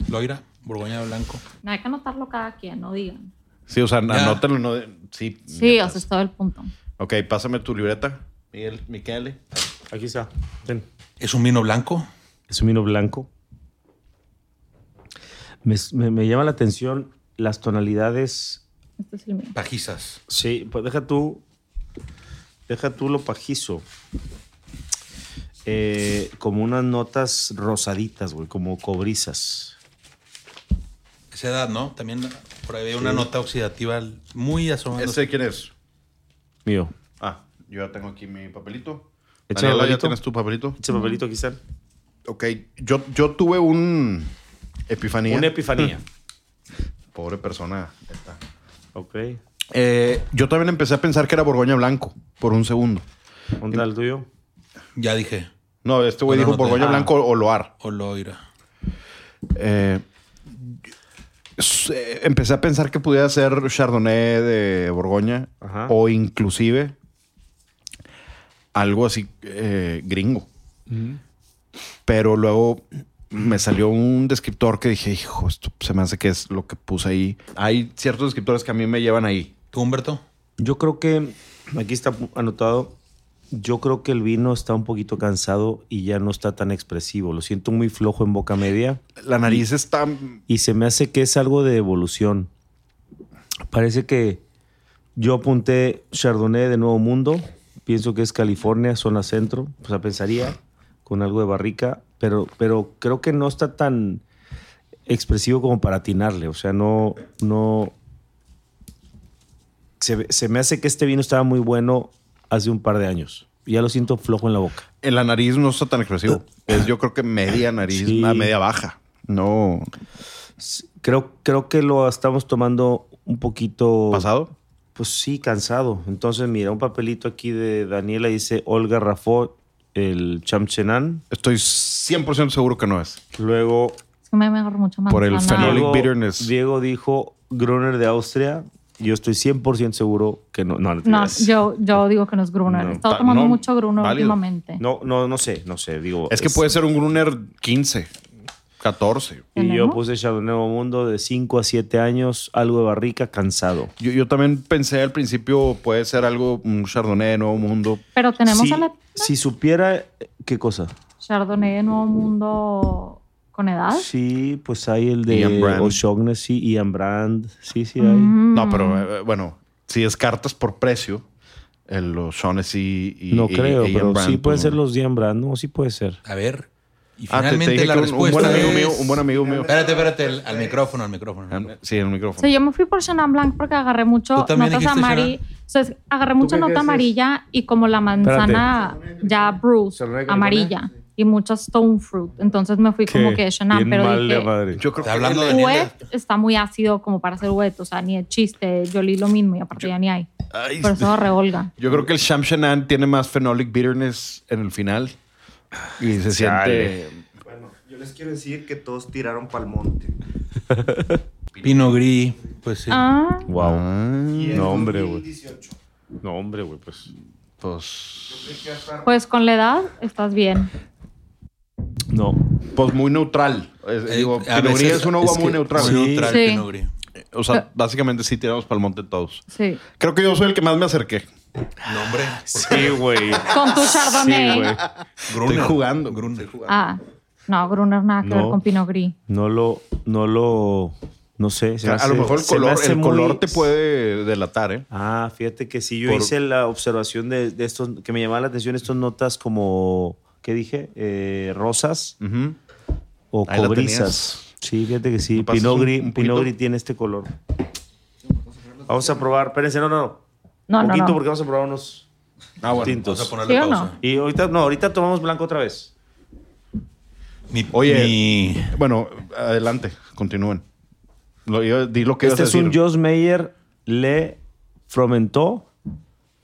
Speaker 2: Loira, Borgoña Blanco.
Speaker 4: No hay que anotarlo cada quien, no digan.
Speaker 3: Sí, o sea,
Speaker 2: Ya.
Speaker 3: anótalo. No, de- sí.
Speaker 4: Sí, o sea, es todo el punto.
Speaker 3: Ok, pásame tu libreta. Miguel, Michele.
Speaker 1: Aquí está. Ven.
Speaker 2: ¿Es un vino blanco?
Speaker 1: Es un vino blanco. Me, me- me llama la atención las tonalidades.
Speaker 4: Este es el mío.
Speaker 2: Pajizas.
Speaker 1: Sí, pues deja tú. Deja tú lo pajizo. Eh, como unas notas rosaditas, güey, como cobrizas.
Speaker 2: Esa edad, ¿no? También por ahí había una nota oxidativa muy asomada.
Speaker 3: ¿Ese quién es?
Speaker 1: Mío.
Speaker 3: Ah, yo ya tengo aquí mi papelito.
Speaker 1: Echa el
Speaker 3: Daniela, ¿ya
Speaker 1: papelito.
Speaker 3: tienes tu papelito?
Speaker 1: Ese este papelito, aquí está.
Speaker 3: Ok, yo, yo tuve un epifanía.
Speaker 1: Una epifanía.
Speaker 3: Pobre persona. esta.
Speaker 1: ok.
Speaker 3: Eh, yo también empecé a pensar que era Borgoña Blanco por un segundo.
Speaker 1: ¿Dónde está el tuyo?
Speaker 2: Ya dije,
Speaker 3: No, este güey
Speaker 2: No,
Speaker 3: dijo
Speaker 2: no te-
Speaker 3: Borgoña
Speaker 2: ah.
Speaker 3: Blanco o Loar.
Speaker 2: o Loira.
Speaker 3: Eh, s- eh, empecé a pensar que pudiera ser Chardonnay de Borgoña
Speaker 1: Ajá.
Speaker 3: o inclusive algo así eh, gringo. Pero luego me salió un descriptor que dije, hijo, esto se me hace que es lo que puse ahí. Hay ciertos descriptores que a mí me llevan ahí.
Speaker 2: ¿Tú, Humberto?
Speaker 1: Yo creo que aquí está anotado. Yo creo que el vino está un poquito cansado y ya no está tan expresivo. Lo siento muy flojo en boca media
Speaker 3: La nariz está...
Speaker 1: y se me hace que es algo de evolución. Parece que yo apunté Chardonnay de Nuevo Mundo. Pienso que es California, zona centro. O sea, pensaría con algo de barrica, pero, pero creo que no está tan expresivo como para atinarle. O sea, no, no. Se, ve- se me hace que este vino estaba muy bueno hace un par de años. Ya lo siento flojo en la boca.
Speaker 3: En la nariz no está tan expresivo. Es yo creo que media nariz,
Speaker 1: Sí.
Speaker 3: ah, media baja. No...
Speaker 1: Creo, creo que lo estamos tomando un poquito.
Speaker 3: ¿Pasado?
Speaker 1: Pues sí, cansado. Entonces, mira, un papelito aquí de Daniela dice Olga Rafó, el Chamchenan.
Speaker 3: Estoy 100% seguro que no es.
Speaker 1: Luego,
Speaker 4: Es que me mejor mucho más.
Speaker 3: Por el fenólico.
Speaker 1: Diego,
Speaker 3: bitterness.
Speaker 1: Diego dijo Gruner de Austria. Yo estoy 100% seguro que no. No, no, te
Speaker 4: No,
Speaker 1: creas.
Speaker 4: yo, yo digo que no es Gruner.
Speaker 1: No,
Speaker 4: He estado
Speaker 3: ta-
Speaker 4: tomando
Speaker 3: no,
Speaker 4: mucho Gruner
Speaker 3: válido.
Speaker 4: últimamente.
Speaker 1: no, no, no sé, no sé. Digo,
Speaker 3: Es que pues, puede ser un Gruner 15, 14.
Speaker 1: Y yo
Speaker 4: ¿Tenemos?
Speaker 1: puse Chardonnay Nuevo Mundo de 5 a 7 años, algo de barrica, cansado.
Speaker 3: Yo, yo también pensé al principio puede ser algo, un Chardonnay de Nuevo Mundo.
Speaker 4: Pero tenemos
Speaker 1: si,
Speaker 4: a la
Speaker 1: si supiera, eh, ¿qué cosa?
Speaker 4: Chardonnay de Nuevo Mundo con edad.
Speaker 1: Sí, pues hay el de
Speaker 3: Ian Brand.
Speaker 1: O'Shaughnessy, Ian Brand. Sí, sí, hay.
Speaker 4: Mm.
Speaker 3: No, pero eh, bueno, si descartas por precio, el, los Shaughnessy y
Speaker 1: No
Speaker 3: y-
Speaker 1: creo,
Speaker 3: y
Speaker 1: pero
Speaker 3: Ian Brand,
Speaker 1: sí pueden
Speaker 3: pues,
Speaker 1: ser
Speaker 3: no.
Speaker 1: los Dian Brand, ¿no? Sí puede ser.
Speaker 2: A ver. Y
Speaker 3: Ah, te- te
Speaker 2: finalmente
Speaker 3: dije
Speaker 2: la
Speaker 3: que un- un,
Speaker 2: respuesta
Speaker 3: buen amigo
Speaker 2: es-
Speaker 3: mío, un buen amigo mío.
Speaker 2: Espérate, espérate, al, al micrófono, al micrófono.
Speaker 3: Sí, en el micrófono.
Speaker 4: Sí, yo me fui por Chenin Blanc porque agarré mucho
Speaker 2: Tú también
Speaker 4: notas
Speaker 2: dijiste
Speaker 4: amarillas. O sea, es- agarré mucha
Speaker 1: qué
Speaker 4: nota
Speaker 1: crees?
Speaker 4: amarilla y como la manzana ya bruce,
Speaker 1: Chardonnay con
Speaker 4: amarilla. Y mucha stone fruit. Entonces me fui como que Chenin, pero dije,
Speaker 3: Yo creo
Speaker 2: Está hablando de
Speaker 4: wet
Speaker 2: Daniela.
Speaker 4: está muy ácido como para ser wet. O sea, ni el chiste. Yo leí lo mismo y aparte ya ni hay.
Speaker 3: Ay,
Speaker 4: Por eso reholga.
Speaker 3: Yo creo que el Shamshanan tiene más phenolic bitterness en el final. Y se
Speaker 1: Chale.
Speaker 3: siente.
Speaker 6: Bueno, yo les quiero decir que todos tiraron pa'l monte.
Speaker 2: Pino Gris, pues sí.
Speaker 4: Ah,
Speaker 1: Wow.
Speaker 3: Ah,
Speaker 6: Y el
Speaker 1: No, hombre, güey.
Speaker 6: 2018.
Speaker 1: No, hombre, güey, pues.
Speaker 3: pues,
Speaker 4: pues con la edad estás bien.
Speaker 1: No.
Speaker 3: pues muy neutral. Es,
Speaker 2: Eh,
Speaker 3: digo,
Speaker 2: a
Speaker 3: Pinot Gris
Speaker 2: veces-
Speaker 3: es una uva
Speaker 2: es
Speaker 3: muy
Speaker 2: que-
Speaker 3: neutral.
Speaker 2: Muy neutral,
Speaker 4: Sí.
Speaker 2: Pinot Gris.
Speaker 3: O sea, básicamente sí tiramos para el monte todos.
Speaker 4: Sí.
Speaker 3: Creo que yo soy el que más me acerqué.
Speaker 2: No, hombre.
Speaker 3: Pues
Speaker 1: Sí, güey.
Speaker 4: Con tu chardonnay.
Speaker 1: Sí, güey.
Speaker 2: Gruner.
Speaker 3: Estoy jugando.
Speaker 2: Gruner.
Speaker 4: ah, no, Gruner nada que
Speaker 1: No.
Speaker 4: ver con Pinot Gris.
Speaker 1: No lo, no lo, no sé. se me
Speaker 3: a
Speaker 1: hace-
Speaker 3: lo mejor el
Speaker 1: se me
Speaker 3: color,
Speaker 1: hace
Speaker 3: el
Speaker 1: muy-
Speaker 3: color te puede delatar, ¿eh?
Speaker 1: Ah, fíjate que sí, yo
Speaker 3: Por-
Speaker 1: hice la observación de, de estos, que me llamaba la atención estas notas como, ¿qué dije? Eh, rosas
Speaker 3: Ujú.
Speaker 1: o
Speaker 3: Ahí la
Speaker 1: cobrizas. Sí, fíjate que sí.
Speaker 3: ¿Me pasas
Speaker 1: Pinot
Speaker 3: un-
Speaker 1: Gris,
Speaker 3: un
Speaker 1: Pinot
Speaker 3: poquito?
Speaker 1: Gris tiene este color. Vamos a probar. Espérense, no, no, no.
Speaker 4: No, no,
Speaker 1: poquito
Speaker 4: no.
Speaker 1: porque vamos a probar unos
Speaker 2: Ah, bueno,
Speaker 1: Tintos.
Speaker 2: vamos a ponerle
Speaker 4: ¿Sí o no?
Speaker 2: pausa.
Speaker 1: y ahorita no, ahorita tomamos blanco otra vez.
Speaker 2: Mi-
Speaker 3: Oye,
Speaker 2: mi-
Speaker 3: Bueno, adelante, continúen. Lo, iba- di lo que
Speaker 1: Este
Speaker 3: ibas
Speaker 1: es
Speaker 3: a decir.
Speaker 1: un Jos Meyer Le Fromentó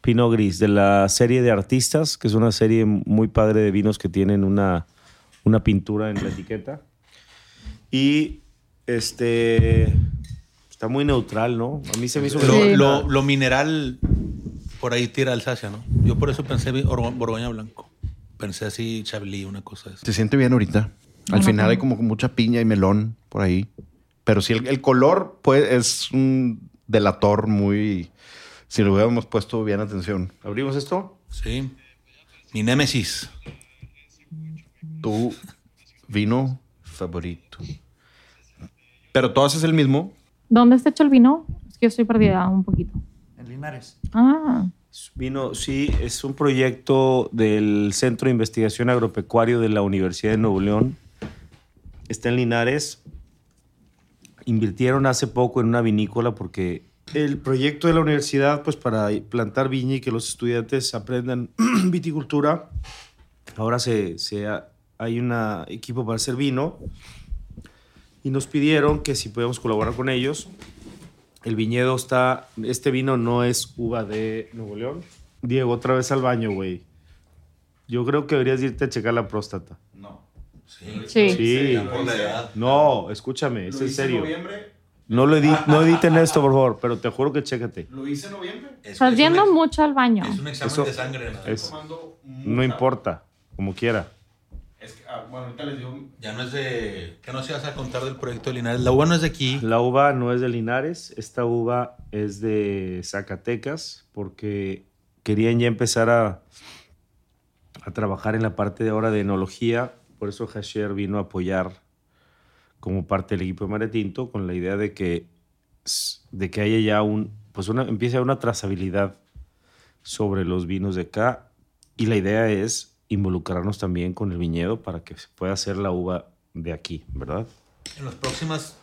Speaker 1: Pinot Gris de la serie de artistas, que es una serie muy padre de vinos que tienen una, una pintura en la etiqueta. Y este está muy neutral, ¿no? A mí se me hizo
Speaker 2: lo,
Speaker 4: Sí.
Speaker 2: lo- lo mineral por ahí tira Alsacia, ¿no? Yo por eso pensé vi- Orgo- Borgoña Blanco. Pensé así Chablis, una cosa de esa.
Speaker 3: Se siente bien ahorita. Al
Speaker 4: Bueno,
Speaker 3: final
Speaker 4: bueno.
Speaker 3: hay como mucha piña y melón por ahí. Pero sí, el, el color pues, es un delator muy... Si le hubiéramos puesto bien atención.
Speaker 1: ¿Abrimos esto?
Speaker 2: Sí. Mi némesis.
Speaker 3: Tu vino favorito. Pero todas es el mismo.
Speaker 4: ¿Dónde está hecho el vino? Es que yo estoy perdida un poquito.
Speaker 5: En Linares.
Speaker 4: Ah,
Speaker 1: Vino, sí, es un proyecto del Centro de Investigación Agropecuario de la Universidad de Nuevo León. Está en Linares. Invirtieron hace poco en una vinícola porque el proyecto de la universidad, pues para plantar viña y que los estudiantes aprendan viticultura, ahora se, se ha- hay un equipo para hacer vino y nos pidieron que si podíamos colaborar con ellos. El viñedo está. Este vino no es uva de Nuevo León. Diego, otra vez al baño, güey. Yo creo que deberías irte a checar la próstata.
Speaker 4: sí.
Speaker 1: Sí. No, escúchame, es en serio. No lo edi- no editen esto, por favor, pero te juro que chécate.
Speaker 4: Estás yendo mucho al baño.
Speaker 2: Es un examen
Speaker 1: Eso-
Speaker 2: de sangre. ¿no?
Speaker 1: Es- no importa, como quiera.
Speaker 3: ah,
Speaker 2: Ya no es de... Que no se vas a contar del proyecto de Linares. Lo bueno es de aquí.
Speaker 1: La uva no es de Linares, esta uva es de Zacatecas, porque querían ya empezar a, a trabajar en la parte de ahora de enología, por eso Hasher vino a apoyar como parte del equipo de Mare Tinto con la idea de que, s- de que haya ya un, pues una, empiece a haber una trazabilidad sobre los vinos de acá y la idea es involucrarnos también con el viñedo para que se pueda hacer la uva de aquí, ¿verdad?
Speaker 2: En las próximas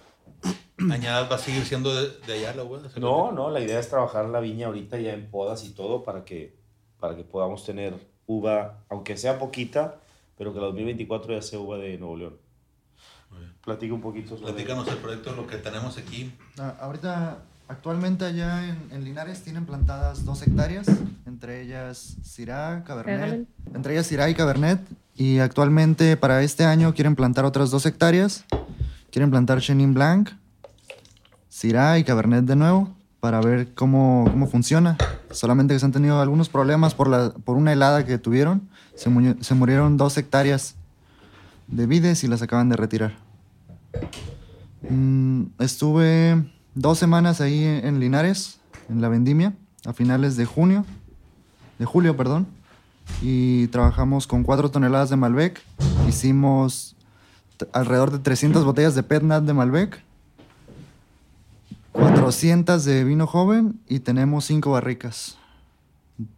Speaker 2: añadas va a seguir siendo de, de allá la uva. de Zacatecas.
Speaker 1: No, no, la idea es trabajar la viña ahorita ya en podas y todo para que, para que podamos tener uva, aunque sea poquita, pero que el 2024 ya sea uva de Nuevo León. Platica un poquito sobre
Speaker 2: Platícanos el proyecto, lo que tenemos aquí.
Speaker 5: Ah, ahorita, actualmente allá en, en Linares tienen plantadas dos hectáreas, entre ellas Syrah, Cabernet.
Speaker 4: Pégale.
Speaker 5: Entre ellas Syrah y Cabernet. Y actualmente para este año quieren plantar otras dos hectáreas. Quieren plantar Chenin Blanc, Syrah y Cabernet de nuevo para ver cómo, cómo funciona. Solamente que se han tenido algunos problemas por, la, por una helada que tuvieron. Se, muñe- se murieron dos hectáreas de vides y las acaban de retirar. Mm, estuve dos semanas ahí en, en Linares, en la vendimia, a finales de junio, de julio, perdón, y trabajamos con cuatro toneladas de Malbec. Hicimos t- alrededor de 300 botellas de Pet Nat de Malbec, 400 de vino joven y tenemos cinco barricas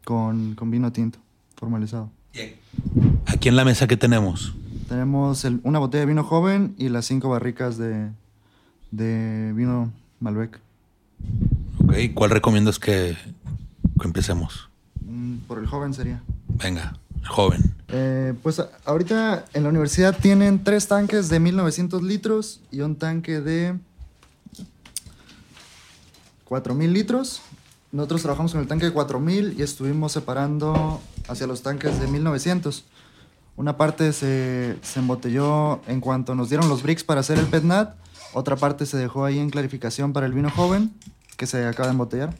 Speaker 5: con, con vino tinto formalizado.
Speaker 2: Aquí en la mesa que tenemos.
Speaker 5: Tenemos el- una botella de vino joven y las cinco barricas de, de vino Malbec.
Speaker 2: Ok, ¿cuál recomiendas que, que empecemos?
Speaker 5: Mm, Por el joven sería.
Speaker 2: Venga, joven.
Speaker 5: Eh, pues a- ahorita en la universidad tienen tres tanques de 1900 litros y un tanque de 4000 litros. Nosotros trabajamos con el tanque de 4000 y estuvimos separando hacia los tanques de 1900. Una parte se, se embotelló en cuanto nos dieron los bricks para hacer el PETNAT. Otra parte se dejó ahí en clarificación para el vino joven, que se acaba de embotellar.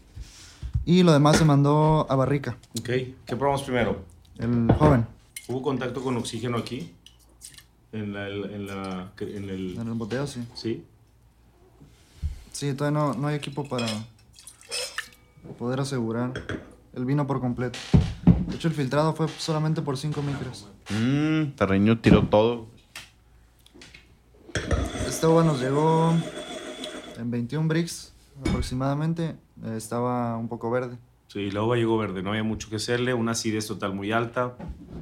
Speaker 5: Y lo demás se mandó a barrica,
Speaker 1: Ok, ¿qué probamos primero?
Speaker 5: el joven,
Speaker 1: ¿Hubo contacto con oxígeno aquí? En la... En la, en
Speaker 5: en
Speaker 1: el,
Speaker 5: el boteo, sí.
Speaker 1: ¿Sí?
Speaker 5: Sí, todavía no, no hay equipo para poder asegurar el vino por completo. De hecho, el filtrado fue solamente por 5 micros.
Speaker 3: Mm, Terreño tiró todo.
Speaker 5: Esta uva nos llegó en 21 bricks aproximadamente. Eh, Estaba un poco verde.
Speaker 1: Sí, la uva llegó verde, no había mucho que hacerle, una acidez total muy alta.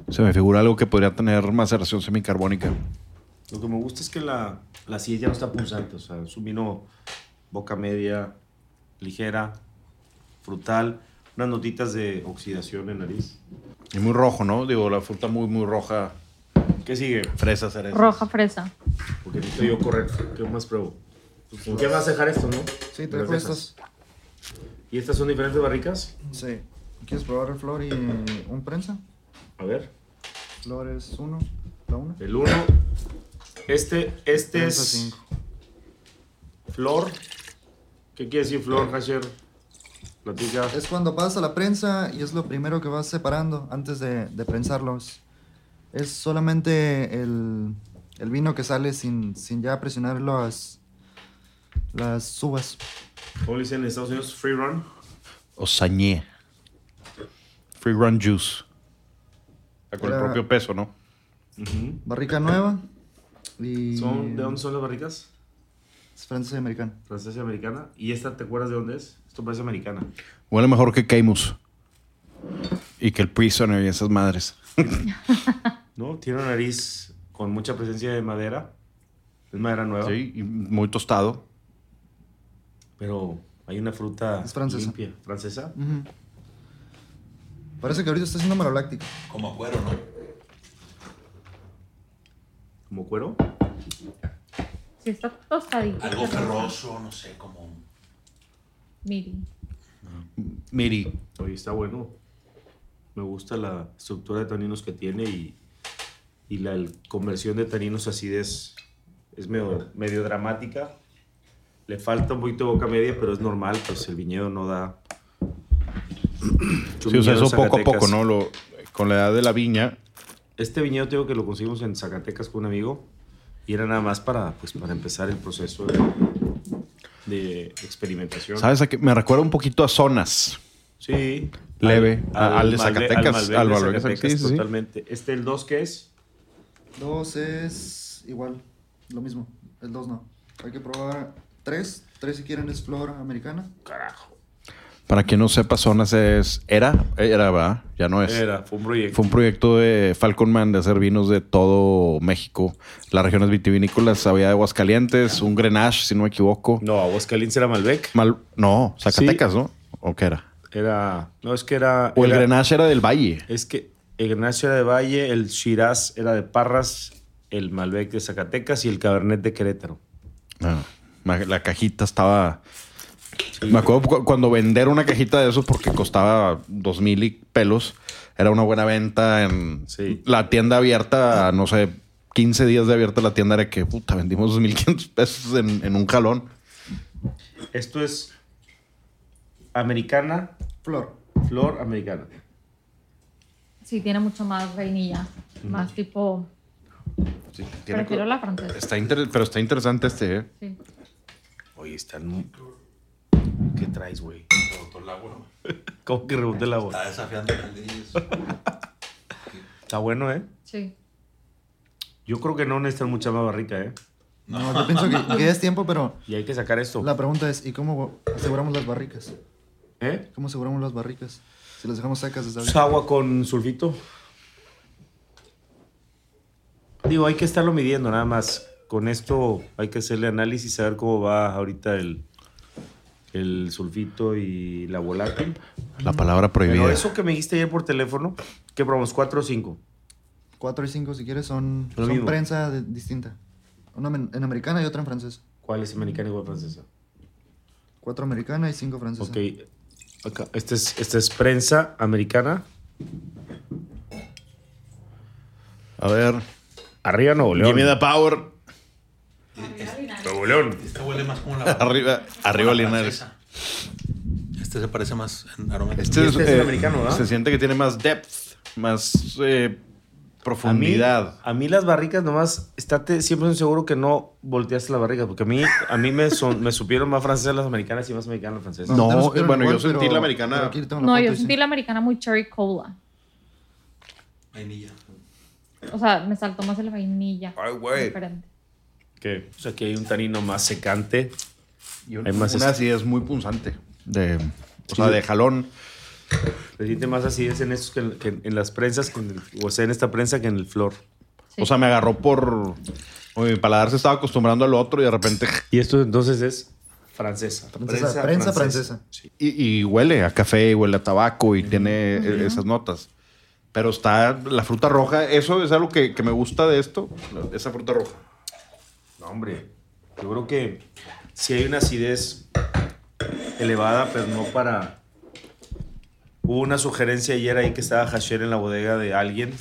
Speaker 3: Se me figura algo que podría tener maceración semicarbónica.
Speaker 1: Lo que me gusta es que la, la acidez ya no está punzante, o sea, es un vino boca media, ligera, frutal, unas notitas de oxidación en nariz.
Speaker 3: Y muy rojo, ¿no? Digo, la fruta muy, muy roja.
Speaker 1: ¿Qué sigue?
Speaker 3: Fresa, cereza.
Speaker 4: Roja fresa.
Speaker 1: Porque necesito yo correr. ¿Qué más pruebo? ¿En qué vas a dejar esto, no?
Speaker 5: Sí,
Speaker 1: Las
Speaker 5: traigo
Speaker 1: de
Speaker 5: estas.
Speaker 1: esas. ¿Y estas son diferentes barricas?
Speaker 5: Sí. ¿Quieres probar el flor y un prensa?
Speaker 1: A ver.
Speaker 5: Flor es uno, la una.
Speaker 1: El 1. Este, este
Speaker 5: Prensa
Speaker 1: es
Speaker 5: cinco.
Speaker 1: flor. ¿Qué quiere decir flor, Hasher? Platica.
Speaker 5: Es cuando pasa la prensa y es lo primero que vas separando antes de, de prensarlos. Es solamente el, el vino que sale sin, sin ya presionar las, las uvas.
Speaker 1: ¿Cómo le dicen en Estados Unidos? Free run.
Speaker 3: O sañé. Free run juice. Ah, Con el
Speaker 5: Era-
Speaker 3: propio peso, ¿no?
Speaker 5: Barrica nueva y...
Speaker 1: ¿Son, ¿De dónde son las barricas?
Speaker 5: Es francesa y americana.
Speaker 1: Francesa y americana. ¿Y esta te acuerdas de dónde es? Esto parece americana.
Speaker 3: Huele mejor que Camus. Y que el Prisoner y esas madres.
Speaker 1: ¿No? Tiene una nariz con mucha presencia de madera. Es madera nueva.
Speaker 3: Sí, y muy tostado.
Speaker 1: Pero hay una fruta
Speaker 5: Es francesa.
Speaker 1: limpia. ¿Francesa?
Speaker 5: Ujú. Parece que ahorita está siendo maloláctico.
Speaker 2: Como cuero, ¿no?
Speaker 1: ¿Como cuero?
Speaker 4: Sí, está tostadita.
Speaker 2: Algo
Speaker 4: pero-
Speaker 2: ferroso, no sé, como...
Speaker 4: Miri.
Speaker 3: Miri.
Speaker 1: Oye, está bueno. Me gusta la estructura de taninos que tiene y, y la el- conversión de taninos a acidez es medio, medio dramática. Le falta un poquito de boca media, pero es normal, pues el viñedo no da.
Speaker 3: Sí, o sea,
Speaker 1: Viñedo
Speaker 3: eso
Speaker 1: en
Speaker 3: poco a poco,
Speaker 1: Zacatecas.
Speaker 3: ¿no? Lo, con la edad de la viña.
Speaker 1: Este viñedo tengo que lo conseguimos en Zacatecas con un amigo y era nada más para, pues, para empezar el proceso de, de experimentación.
Speaker 3: ¿Sabes a qué? Me recuerda un poquito a zonas.
Speaker 1: Sí.
Speaker 3: Leve. A- al de
Speaker 1: Malbe-
Speaker 3: Zacatecas,
Speaker 1: Al Malbec de
Speaker 3: al Malbec de
Speaker 1: Zacatecas,
Speaker 3: Zacatecas, sí, sí.
Speaker 1: totalmente. Este, el 2, ¿qué es?
Speaker 5: Dos es igual, lo mismo. El dos no. Hay que probar tres. Tres si quieren es flor americana.
Speaker 3: Para quien no sepa, zonas es. Era, era, va. Ya no es.
Speaker 1: Era, fue un proyecto.
Speaker 3: Pues, Fue un proyecto de Falcon Man de hacer vinos de todo México. Las regiones vitivinícolas, había de Aguascalientes, un Grenache, si no me equivoco.
Speaker 1: No, Aguascalientes era Malbec.
Speaker 3: Mal- no, Zacatecas, ¿no? ¿O qué era?
Speaker 1: Era. No, es que era.
Speaker 3: O el
Speaker 1: era-
Speaker 3: Grenache era del Valle.
Speaker 1: Es que el Grenache era de Valle, el Shiraz era de Parras, el Malbec de Zacatecas y el Cabernet de Querétaro.
Speaker 3: Ah, ma- la cajita estaba... Me acuerdo cu- cuando vender una cajita de esos porque costaba dos mil y pelos, era una buena venta en
Speaker 1: Sí.
Speaker 3: la tienda abierta, no sé, 15 días de abierta la tienda era que, puta, vendimos 2.500 pesos en, en un jalón.
Speaker 1: Esto es. Americana,
Speaker 5: Flor.
Speaker 1: flor americana.
Speaker 4: Sí, tiene mucho más vainilla. Más tipo. Prefiero la francesa.
Speaker 3: Está inter- pero está interesante este, ¿eh?
Speaker 4: Sí.
Speaker 1: Oye, están. muy- ¿Qué traes, güey? ¿Cómo que rebote la voz?
Speaker 2: desafiando
Speaker 1: Está bueno, ¿eh?
Speaker 4: Sí.
Speaker 1: Yo creo que no necesitan mucha más barrica, ¿eh?
Speaker 5: No, yo pienso que, que es tiempo, pero
Speaker 1: Y hay que sacar esto.
Speaker 5: la pregunta es, ¿y cómo aseguramos las barricas?
Speaker 1: ¿Eh?
Speaker 5: ¿Cómo aseguramos las barricas? Si las dejamos secas desde ahorita.
Speaker 1: Agua con sulfito. Digo, hay que estarlo midiendo nada más. Con esto hay que hacerle análisis, saber cómo va ahorita el, el sulfito y la volátil.
Speaker 3: La palabra
Speaker 1: Pero
Speaker 3: prohibida.
Speaker 1: eso que me dijiste ayer por teléfono, que probamos 4 o 5.
Speaker 5: Cuatro y cinco, si quieres, son,
Speaker 1: Lo
Speaker 5: son
Speaker 1: mismo.
Speaker 5: prensa de- distinta. Una men- en americana y otra en francesa.
Speaker 1: ¿Cuál es americana y cuál francesa?
Speaker 5: Cuatro americana y cinco francesa.
Speaker 1: Ok. Acá, Esta es, esta es prensa americana.
Speaker 3: A ver.
Speaker 1: Arriba Nuevo León.
Speaker 3: Give me the power.
Speaker 1: Nuevo León.
Speaker 2: Este huele más como la...
Speaker 3: Arriba, arriba Linares.
Speaker 2: francesa. Este se parece más en aroma.
Speaker 1: Y este es el americano, ¿verdad?
Speaker 3: eh, Se siente que tiene más depth, más eh,
Speaker 1: A mí-
Speaker 3: profundidad.
Speaker 1: A mí, las barricas nomás, estate siempre seguro que no volteaste las barricas, porque a mí, a mí me, son- me supieron más francesas las americanas y más americanas las francesas.
Speaker 3: No, eh,
Speaker 5: te las pusieron
Speaker 3: bueno, yo sentí la americana-
Speaker 5: aquí tengo la
Speaker 4: No,
Speaker 5: foto
Speaker 4: yo
Speaker 5: y sí.
Speaker 4: sentí la americana muy cherry cola.
Speaker 2: Vainilla.
Speaker 4: O sea, me saltó más el vainilla.
Speaker 6: Ay, güey.
Speaker 4: Diferente.
Speaker 1: Que, o sea, que hay un tanino más secante.
Speaker 3: Y un-
Speaker 1: Hay más
Speaker 3: una
Speaker 1: est-
Speaker 3: acidez muy punzante. De, o
Speaker 1: Sí.
Speaker 3: sea, de jalón.
Speaker 1: Se siente más así es en estos que en, que en- en las prensas, que en el- o sea, en esta prensa que en el flor.
Speaker 4: Sí.
Speaker 3: O sea, me agarró por. o mi paladar se estaba acostumbrando al otro y de repente.
Speaker 1: Y esto entonces es francesa.
Speaker 5: Francesa, prensa francesa.
Speaker 1: Sí.
Speaker 3: Y, y huele a café, huele a tabaco y tiene eh, esas notas. Pero está la fruta roja. Eso es algo que, que me gusta de esto, la- esa fruta roja.
Speaker 1: No, hombre. Yo creo que sí hay una acidez elevada, pero no para. Hubo una sugerencia ayer ahí que estaba Hasher en la bodega de alguien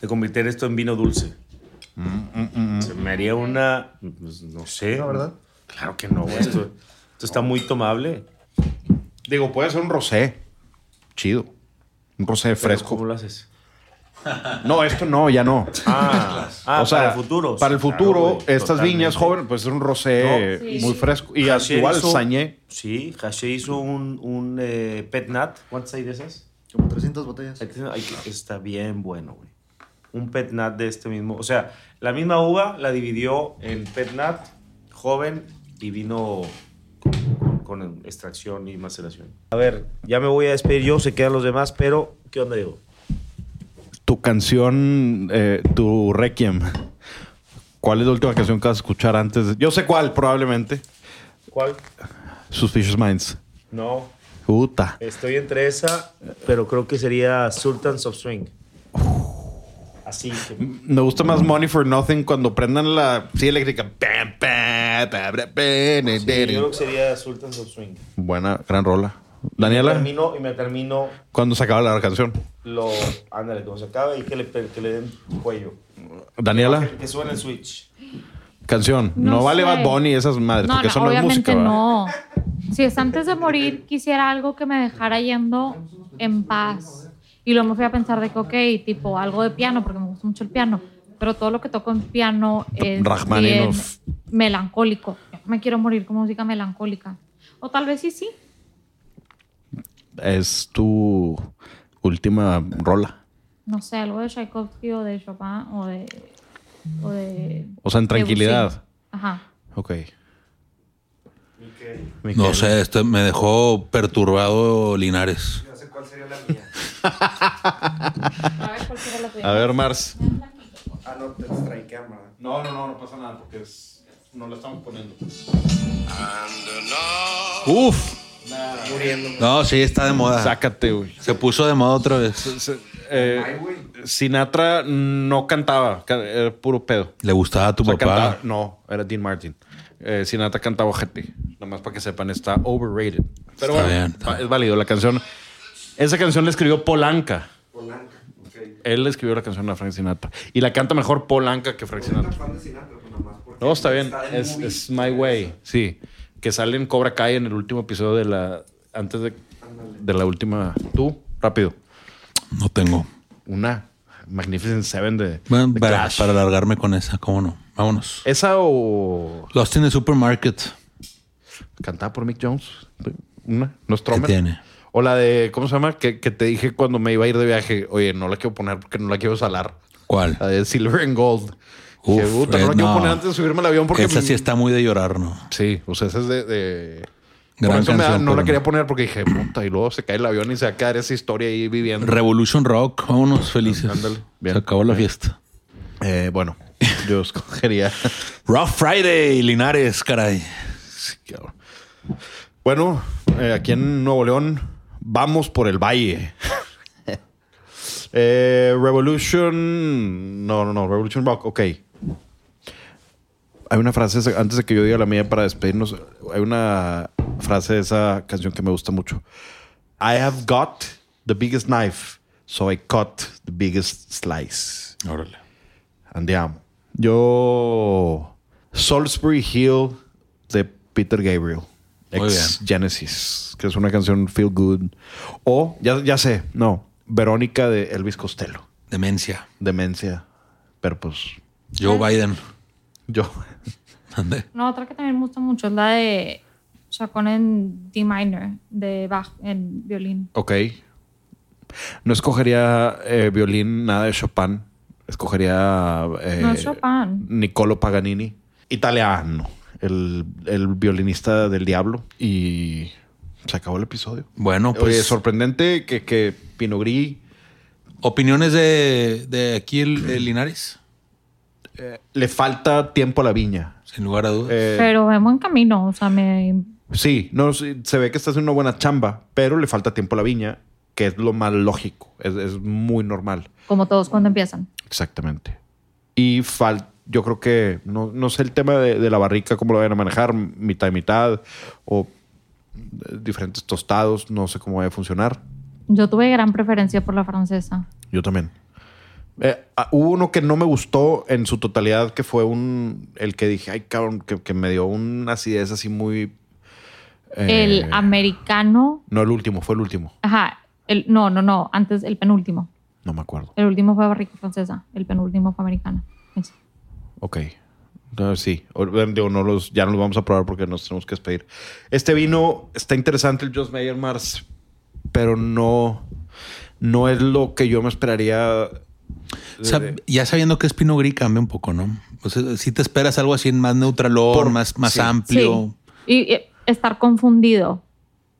Speaker 1: de convertir esto en vino dulce.
Speaker 3: Mm,
Speaker 1: Se me haría una. pues, no sé.
Speaker 5: ¿No, verdad?
Speaker 1: Claro que no, güey. Esto, esto está muy tomable.
Speaker 3: Digo, puede ser un rosé. Chido. Un rosé
Speaker 1: Pero ¿Cómo
Speaker 3: fresco.
Speaker 1: lo haces?
Speaker 3: No, esto no, ya no.
Speaker 1: Ah, ah, para el futuro.
Speaker 3: Para el
Speaker 1: Claro,
Speaker 3: futuro,
Speaker 1: güey,
Speaker 3: estas viñas
Speaker 1: totalmente.
Speaker 3: jóvenes, pues es un rosé
Speaker 4: No, sí.
Speaker 3: muy
Speaker 4: Sí.
Speaker 3: fresco. Y
Speaker 1: Hashem
Speaker 3: igual
Speaker 1: hizo-
Speaker 3: sañé.
Speaker 1: Sí, Haché hizo un, un eh, pet nat. ¿Cuántas hay de esas?
Speaker 5: Como 300 botellas.
Speaker 1: Ay, que- está bien bueno, güey. Un pet nat de este mismo. O sea, la misma uva la dividió en pet nat, joven y vino con, con extracción y maceración. A ver, ya me voy a despedir yo, se quedan los demás, pero ¿qué onda, Diego?
Speaker 3: Tu canción, eh, tu Requiem. ¿Cuál es la última canción que vas a escuchar antes? de- Yo sé cuál, probablemente.
Speaker 1: ¿Cuál?
Speaker 3: Suspicious Minds.
Speaker 1: No,
Speaker 3: Puta.
Speaker 1: estoy entre esa, pero creo que sería Sultans of Swing. Así que.
Speaker 3: Me gusta más Money for Nothing cuando prendan la silla eléctrica. Pam, pam, pam, pam, pam,
Speaker 1: Sí, yo creo que sería Sultans of Swing.
Speaker 3: Buena, gran rola. Daniela,
Speaker 1: Termino y me termino
Speaker 3: ¿cuándo se acaba la canción?
Speaker 1: lo. Ándale, como se acaba y que le, que le den cuello.
Speaker 3: Daniela,
Speaker 1: Que suene el switch.
Speaker 3: canción. No,
Speaker 4: No
Speaker 3: vale
Speaker 4: sé.
Speaker 3: Bad Bunny y esas madres,
Speaker 4: No,
Speaker 3: porque
Speaker 4: no,
Speaker 3: eso no es
Speaker 4: obviamente
Speaker 3: música. ¿verdad?
Speaker 4: no. Si es antes de morir, quisiera algo que me dejara yendo en paz. Y luego me fui a pensar de que, ok, tipo algo de piano, porque me gusta mucho el piano. Pero todo lo que toco en piano es bien
Speaker 3: Rachmaninoff.
Speaker 4: melancólico. Yo no Me quiero morir con música melancólica. O tal vez sí, sí.
Speaker 3: Es tu última rola.
Speaker 4: No sé, algo de Tchaikovsky o de Chopin o de... O, de,
Speaker 3: O sea, en
Speaker 4: Debussy.
Speaker 3: tranquilidad.
Speaker 4: Ajá.
Speaker 3: Ok.
Speaker 2: No sé, esto me dejó perturbado Linares.
Speaker 6: Ya sé cuál sería la mía.
Speaker 3: A ver, Mars.
Speaker 6: Ah, no, te extraí cámara.
Speaker 3: No, no, no, no pasa nada porque es, no la estamos poniendo. pues.
Speaker 2: Uf.
Speaker 6: Muriendo.
Speaker 2: No, sí, está de moda.
Speaker 3: Sácate, güey.
Speaker 2: Se puso de moda otra vez.
Speaker 3: Se- eh,
Speaker 6: Ay, güey.
Speaker 3: Sinatra no cantaba, ca- era puro pedo.
Speaker 2: Le gustaba a tu
Speaker 3: O sea,
Speaker 2: papá.
Speaker 3: cantaba- no, era Dean Martin. Eh, Sinatra cantaba ojete. Nomás para que sepan, está overrated.
Speaker 2: Está
Speaker 3: Pero bueno,
Speaker 2: bien, está
Speaker 3: va- es válido. La canción. Esa canción la escribió Polanca.
Speaker 6: Polanca. Ok.
Speaker 3: Él le escribió la canción a Frank Sinatra. Y la canta mejor Polanca que Frank
Speaker 6: No
Speaker 3: Sinatra.
Speaker 6: soy fan de Sinatra, pues nada más porque
Speaker 3: No, está bien.
Speaker 6: en
Speaker 3: Es,
Speaker 6: movie.
Speaker 3: es My Way. Sí. Que sale en Cobra Kai en el último episodio de la. Antes de, de la última. Tú, rápido.
Speaker 2: No tengo.
Speaker 3: Una Magnificent Seven de,
Speaker 2: Bueno,
Speaker 3: de
Speaker 2: para,
Speaker 3: Clash.
Speaker 2: para alargarme con esa, cómo no. Vámonos.
Speaker 3: Esa o.
Speaker 2: Lost in the Supermarket.
Speaker 3: Cantada por Mick Jones. Una. No es
Speaker 2: ¿Qué
Speaker 3: Trummer.
Speaker 2: tiene?
Speaker 3: O la de. ¿Cómo se llama? Que, que te dije cuando me iba a ir de viaje. Oye, no la quiero poner porque no la quiero salar.
Speaker 2: ¿Cuál?
Speaker 3: La de Silver and Gold.
Speaker 2: Uf,
Speaker 3: Que, puta, no
Speaker 2: eh,
Speaker 3: la quiero
Speaker 2: no.
Speaker 3: poner antes de subirme al avión porque.
Speaker 2: Esa sí está muy de llorar, ¿no?
Speaker 3: Sí, o sea, esa es de. de-
Speaker 2: Gran
Speaker 3: Por eso me da-
Speaker 2: canción,
Speaker 3: no la
Speaker 2: pero-
Speaker 3: quería poner porque dije, puta, y luego se cae el avión y se va a quedar esa historia ahí viviendo.
Speaker 2: Revolution Rock. Vámonos felices.
Speaker 3: Ándale. Bien.
Speaker 2: Se acabó la fiesta.
Speaker 3: Eh, bueno, yo escogería.
Speaker 2: Rough Friday, Linares, caray.
Speaker 3: Sí, cabrón. bueno, eh, aquí en Nuevo León, vamos por el valle. Eh, Revolution. No, no, no, Revolution Rock, ok. Hay una frase, esa- antes de que yo diga la mía para despedirnos, hay una frase de esa canción que me gusta mucho. I have got the biggest knife, so I cut the biggest slice.
Speaker 2: Órale.
Speaker 3: Andiamo. Yo. Salisbury Hill de Peter Gabriel.
Speaker 2: Muy
Speaker 3: Ex Genesis. Que es una canción feel good. O, ya, ya sé, no. Verónica de Elvis Costello.
Speaker 2: Demencia.
Speaker 3: Demencia. Pero pues.
Speaker 2: Joe Biden.
Speaker 3: Yo.
Speaker 2: Ande.
Speaker 4: No, otra que también me gusta mucho es la de Chacón en D minor, de Bach en violín.
Speaker 3: Ok. No escogería eh, violín, nada de Chopin. Escogería. eh,
Speaker 4: no es Chopin.
Speaker 3: Niccolo Paganini, italiano, el, el violinista del diablo. Y se acabó el episodio.
Speaker 2: Bueno,
Speaker 3: Oye,
Speaker 2: pues
Speaker 3: sorprendente que, que Pinot Gris,
Speaker 2: opiniones de, de aquí el, el Linares.
Speaker 3: eh, le falta tiempo a la viña.
Speaker 2: sin lugar a dudas.
Speaker 3: Eh,
Speaker 4: Pero en buen camino, o sea, me...
Speaker 3: Sí, no, sí, se ve que está haciendo una buena chamba, pero le falta tiempo a la viña, que es lo más lógico, es, es muy normal.
Speaker 4: como todos cuando empiezan.
Speaker 3: Exactamente. Y fal yo creo que, no, no sé el tema de, de la barrica, cómo lo vayan a manejar, mitad y mitad, o eh, diferentes tostados, no sé cómo vaya a funcionar.
Speaker 4: Yo tuve gran preferencia por la francesa.
Speaker 3: Yo también. Eh, ah, hubo uno que no me gustó en su totalidad, que fue un. El que dije, ay, cabrón, que, que me dio una acidez así muy. eh,
Speaker 4: El americano,
Speaker 3: No, el último, fue el último.
Speaker 4: ajá, el, no, no, no, antes el penúltimo.
Speaker 3: No me acuerdo.
Speaker 4: El último fue barrica francesa, el penúltimo fue americana. Es-
Speaker 3: Ok. No, sí, O- eh, digo, no los, ya no los vamos a probar porque nos tenemos que despedir. Este vino está interesante, el Joss Meyer Mars, pero no, no es lo que yo me esperaría.
Speaker 2: O sea, ya sabiendo que es Pinot Gris cambia un poco, ¿no? O sea, si te esperas algo así más neutralón,
Speaker 3: Por-
Speaker 2: más, más
Speaker 3: sí.
Speaker 2: amplio.
Speaker 4: Sí. Y, eh, estar confundido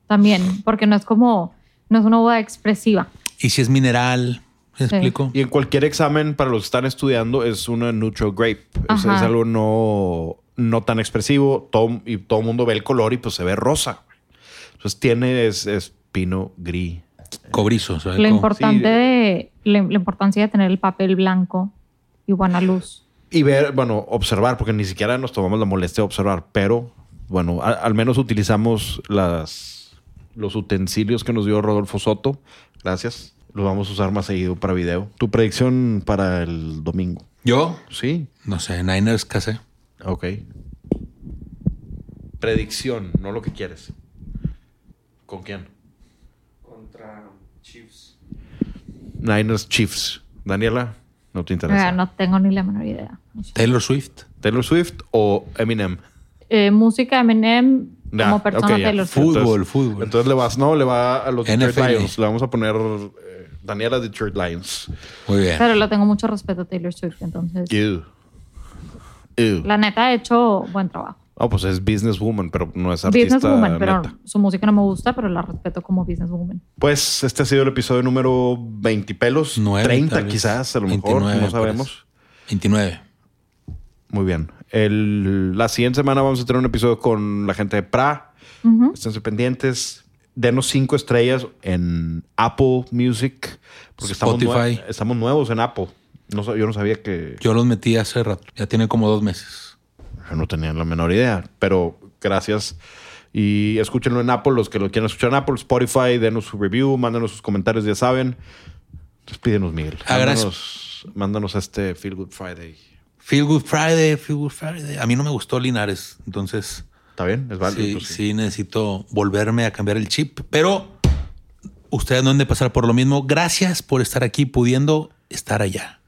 Speaker 4: también, porque no es como, no es una boda expresiva.
Speaker 2: Y si es mineral, ¿me
Speaker 4: Sí.
Speaker 2: explico?
Speaker 3: Y en cualquier examen para los que están estudiando es una neutral grape. Es, es
Speaker 4: Ajá.
Speaker 3: algo no, no tan expresivo todo, y todo el mundo ve el color y pues se ve rosa. Entonces tiene, es, es pino gris.
Speaker 2: Cobrizo. ¿sabes?
Speaker 4: Lo
Speaker 2: Como-
Speaker 4: importante de, la, la importancia de tener el papel blanco y buena luz.
Speaker 3: Y ver, bueno, observar, porque ni siquiera nos tomamos la molestia de observar, pero bueno, a- al menos utilizamos las, los utensilios que nos dio Rodolfo Soto. Gracias. Los vamos a usar más seguido para video. Tu predicción para el domingo.
Speaker 2: Yo,
Speaker 3: Sí,
Speaker 2: no sé, Niners casé.
Speaker 3: ok. Predicción, no lo que quieres. ¿Con quién?
Speaker 6: Contra Chiefs.
Speaker 3: Niners Chiefs. Daniela, no te interesa.
Speaker 4: Eh, no tengo ni la menor idea.
Speaker 2: Taylor Swift.
Speaker 3: Taylor Swift o Eminem.
Speaker 4: Eh, música Eminem
Speaker 3: Ya,
Speaker 4: como persona
Speaker 3: ok, ya.
Speaker 4: Taylor Swift.
Speaker 2: Fútbol, fútbol.
Speaker 3: Entonces le vas, no, le va a los Detroit
Speaker 2: NFL.
Speaker 3: Lions. Le vamos a poner eh, Daniela Detroit Lions.
Speaker 2: Muy bien.
Speaker 4: Pero le tengo mucho respeto a Taylor Swift, entonces.
Speaker 3: Ew. Ew.
Speaker 4: La neta ha hecho buen trabajo.
Speaker 3: Ah, pues es businesswoman, pero no es artista.
Speaker 4: Businesswoman, pero
Speaker 3: neta.
Speaker 4: su música no me gusta, pero la respeto como businesswoman.
Speaker 3: Pues este ha sido el episodio número 20 pelos.
Speaker 2: Nueve,
Speaker 3: 30
Speaker 2: tal vez.
Speaker 3: quizás, a lo mejor.
Speaker 2: 29,
Speaker 3: No
Speaker 2: me
Speaker 3: sabemos.
Speaker 2: parece. 29.
Speaker 3: Muy bien. El- la siguiente semana vamos a tener un episodio con la gente de Pra.
Speaker 4: Ujú.
Speaker 3: Estén pendientes. Denos cinco estrellas en Apple Music. Porque estamos, nue-
Speaker 2: Spotify.
Speaker 3: estamos nuevos en Apple. No, sa- yo no sabía que...
Speaker 2: Yo los metí hace rato. Ya tiene como dos meses.
Speaker 3: Yo no tenía la menor idea, pero gracias. Y escúchenlo en Apple, los que lo quieran escuchar en Apple, Spotify, denos su review, mándanos sus comentarios, ya saben. Despídenos, Miguel.
Speaker 2: Ah, gracias.
Speaker 3: Mándanos, mándanos este Feel Good Friday.
Speaker 2: Feel Good Friday, Feel Good Friday. A mí no me gustó Linares. Entonces,
Speaker 3: ¿Está bien? ¿Es válido?
Speaker 2: sí,
Speaker 3: Pues sí.
Speaker 2: sí necesito volverme a cambiar el chip. Pero ustedes no han de pasar por lo mismo. Gracias por estar aquí pudiendo estar allá.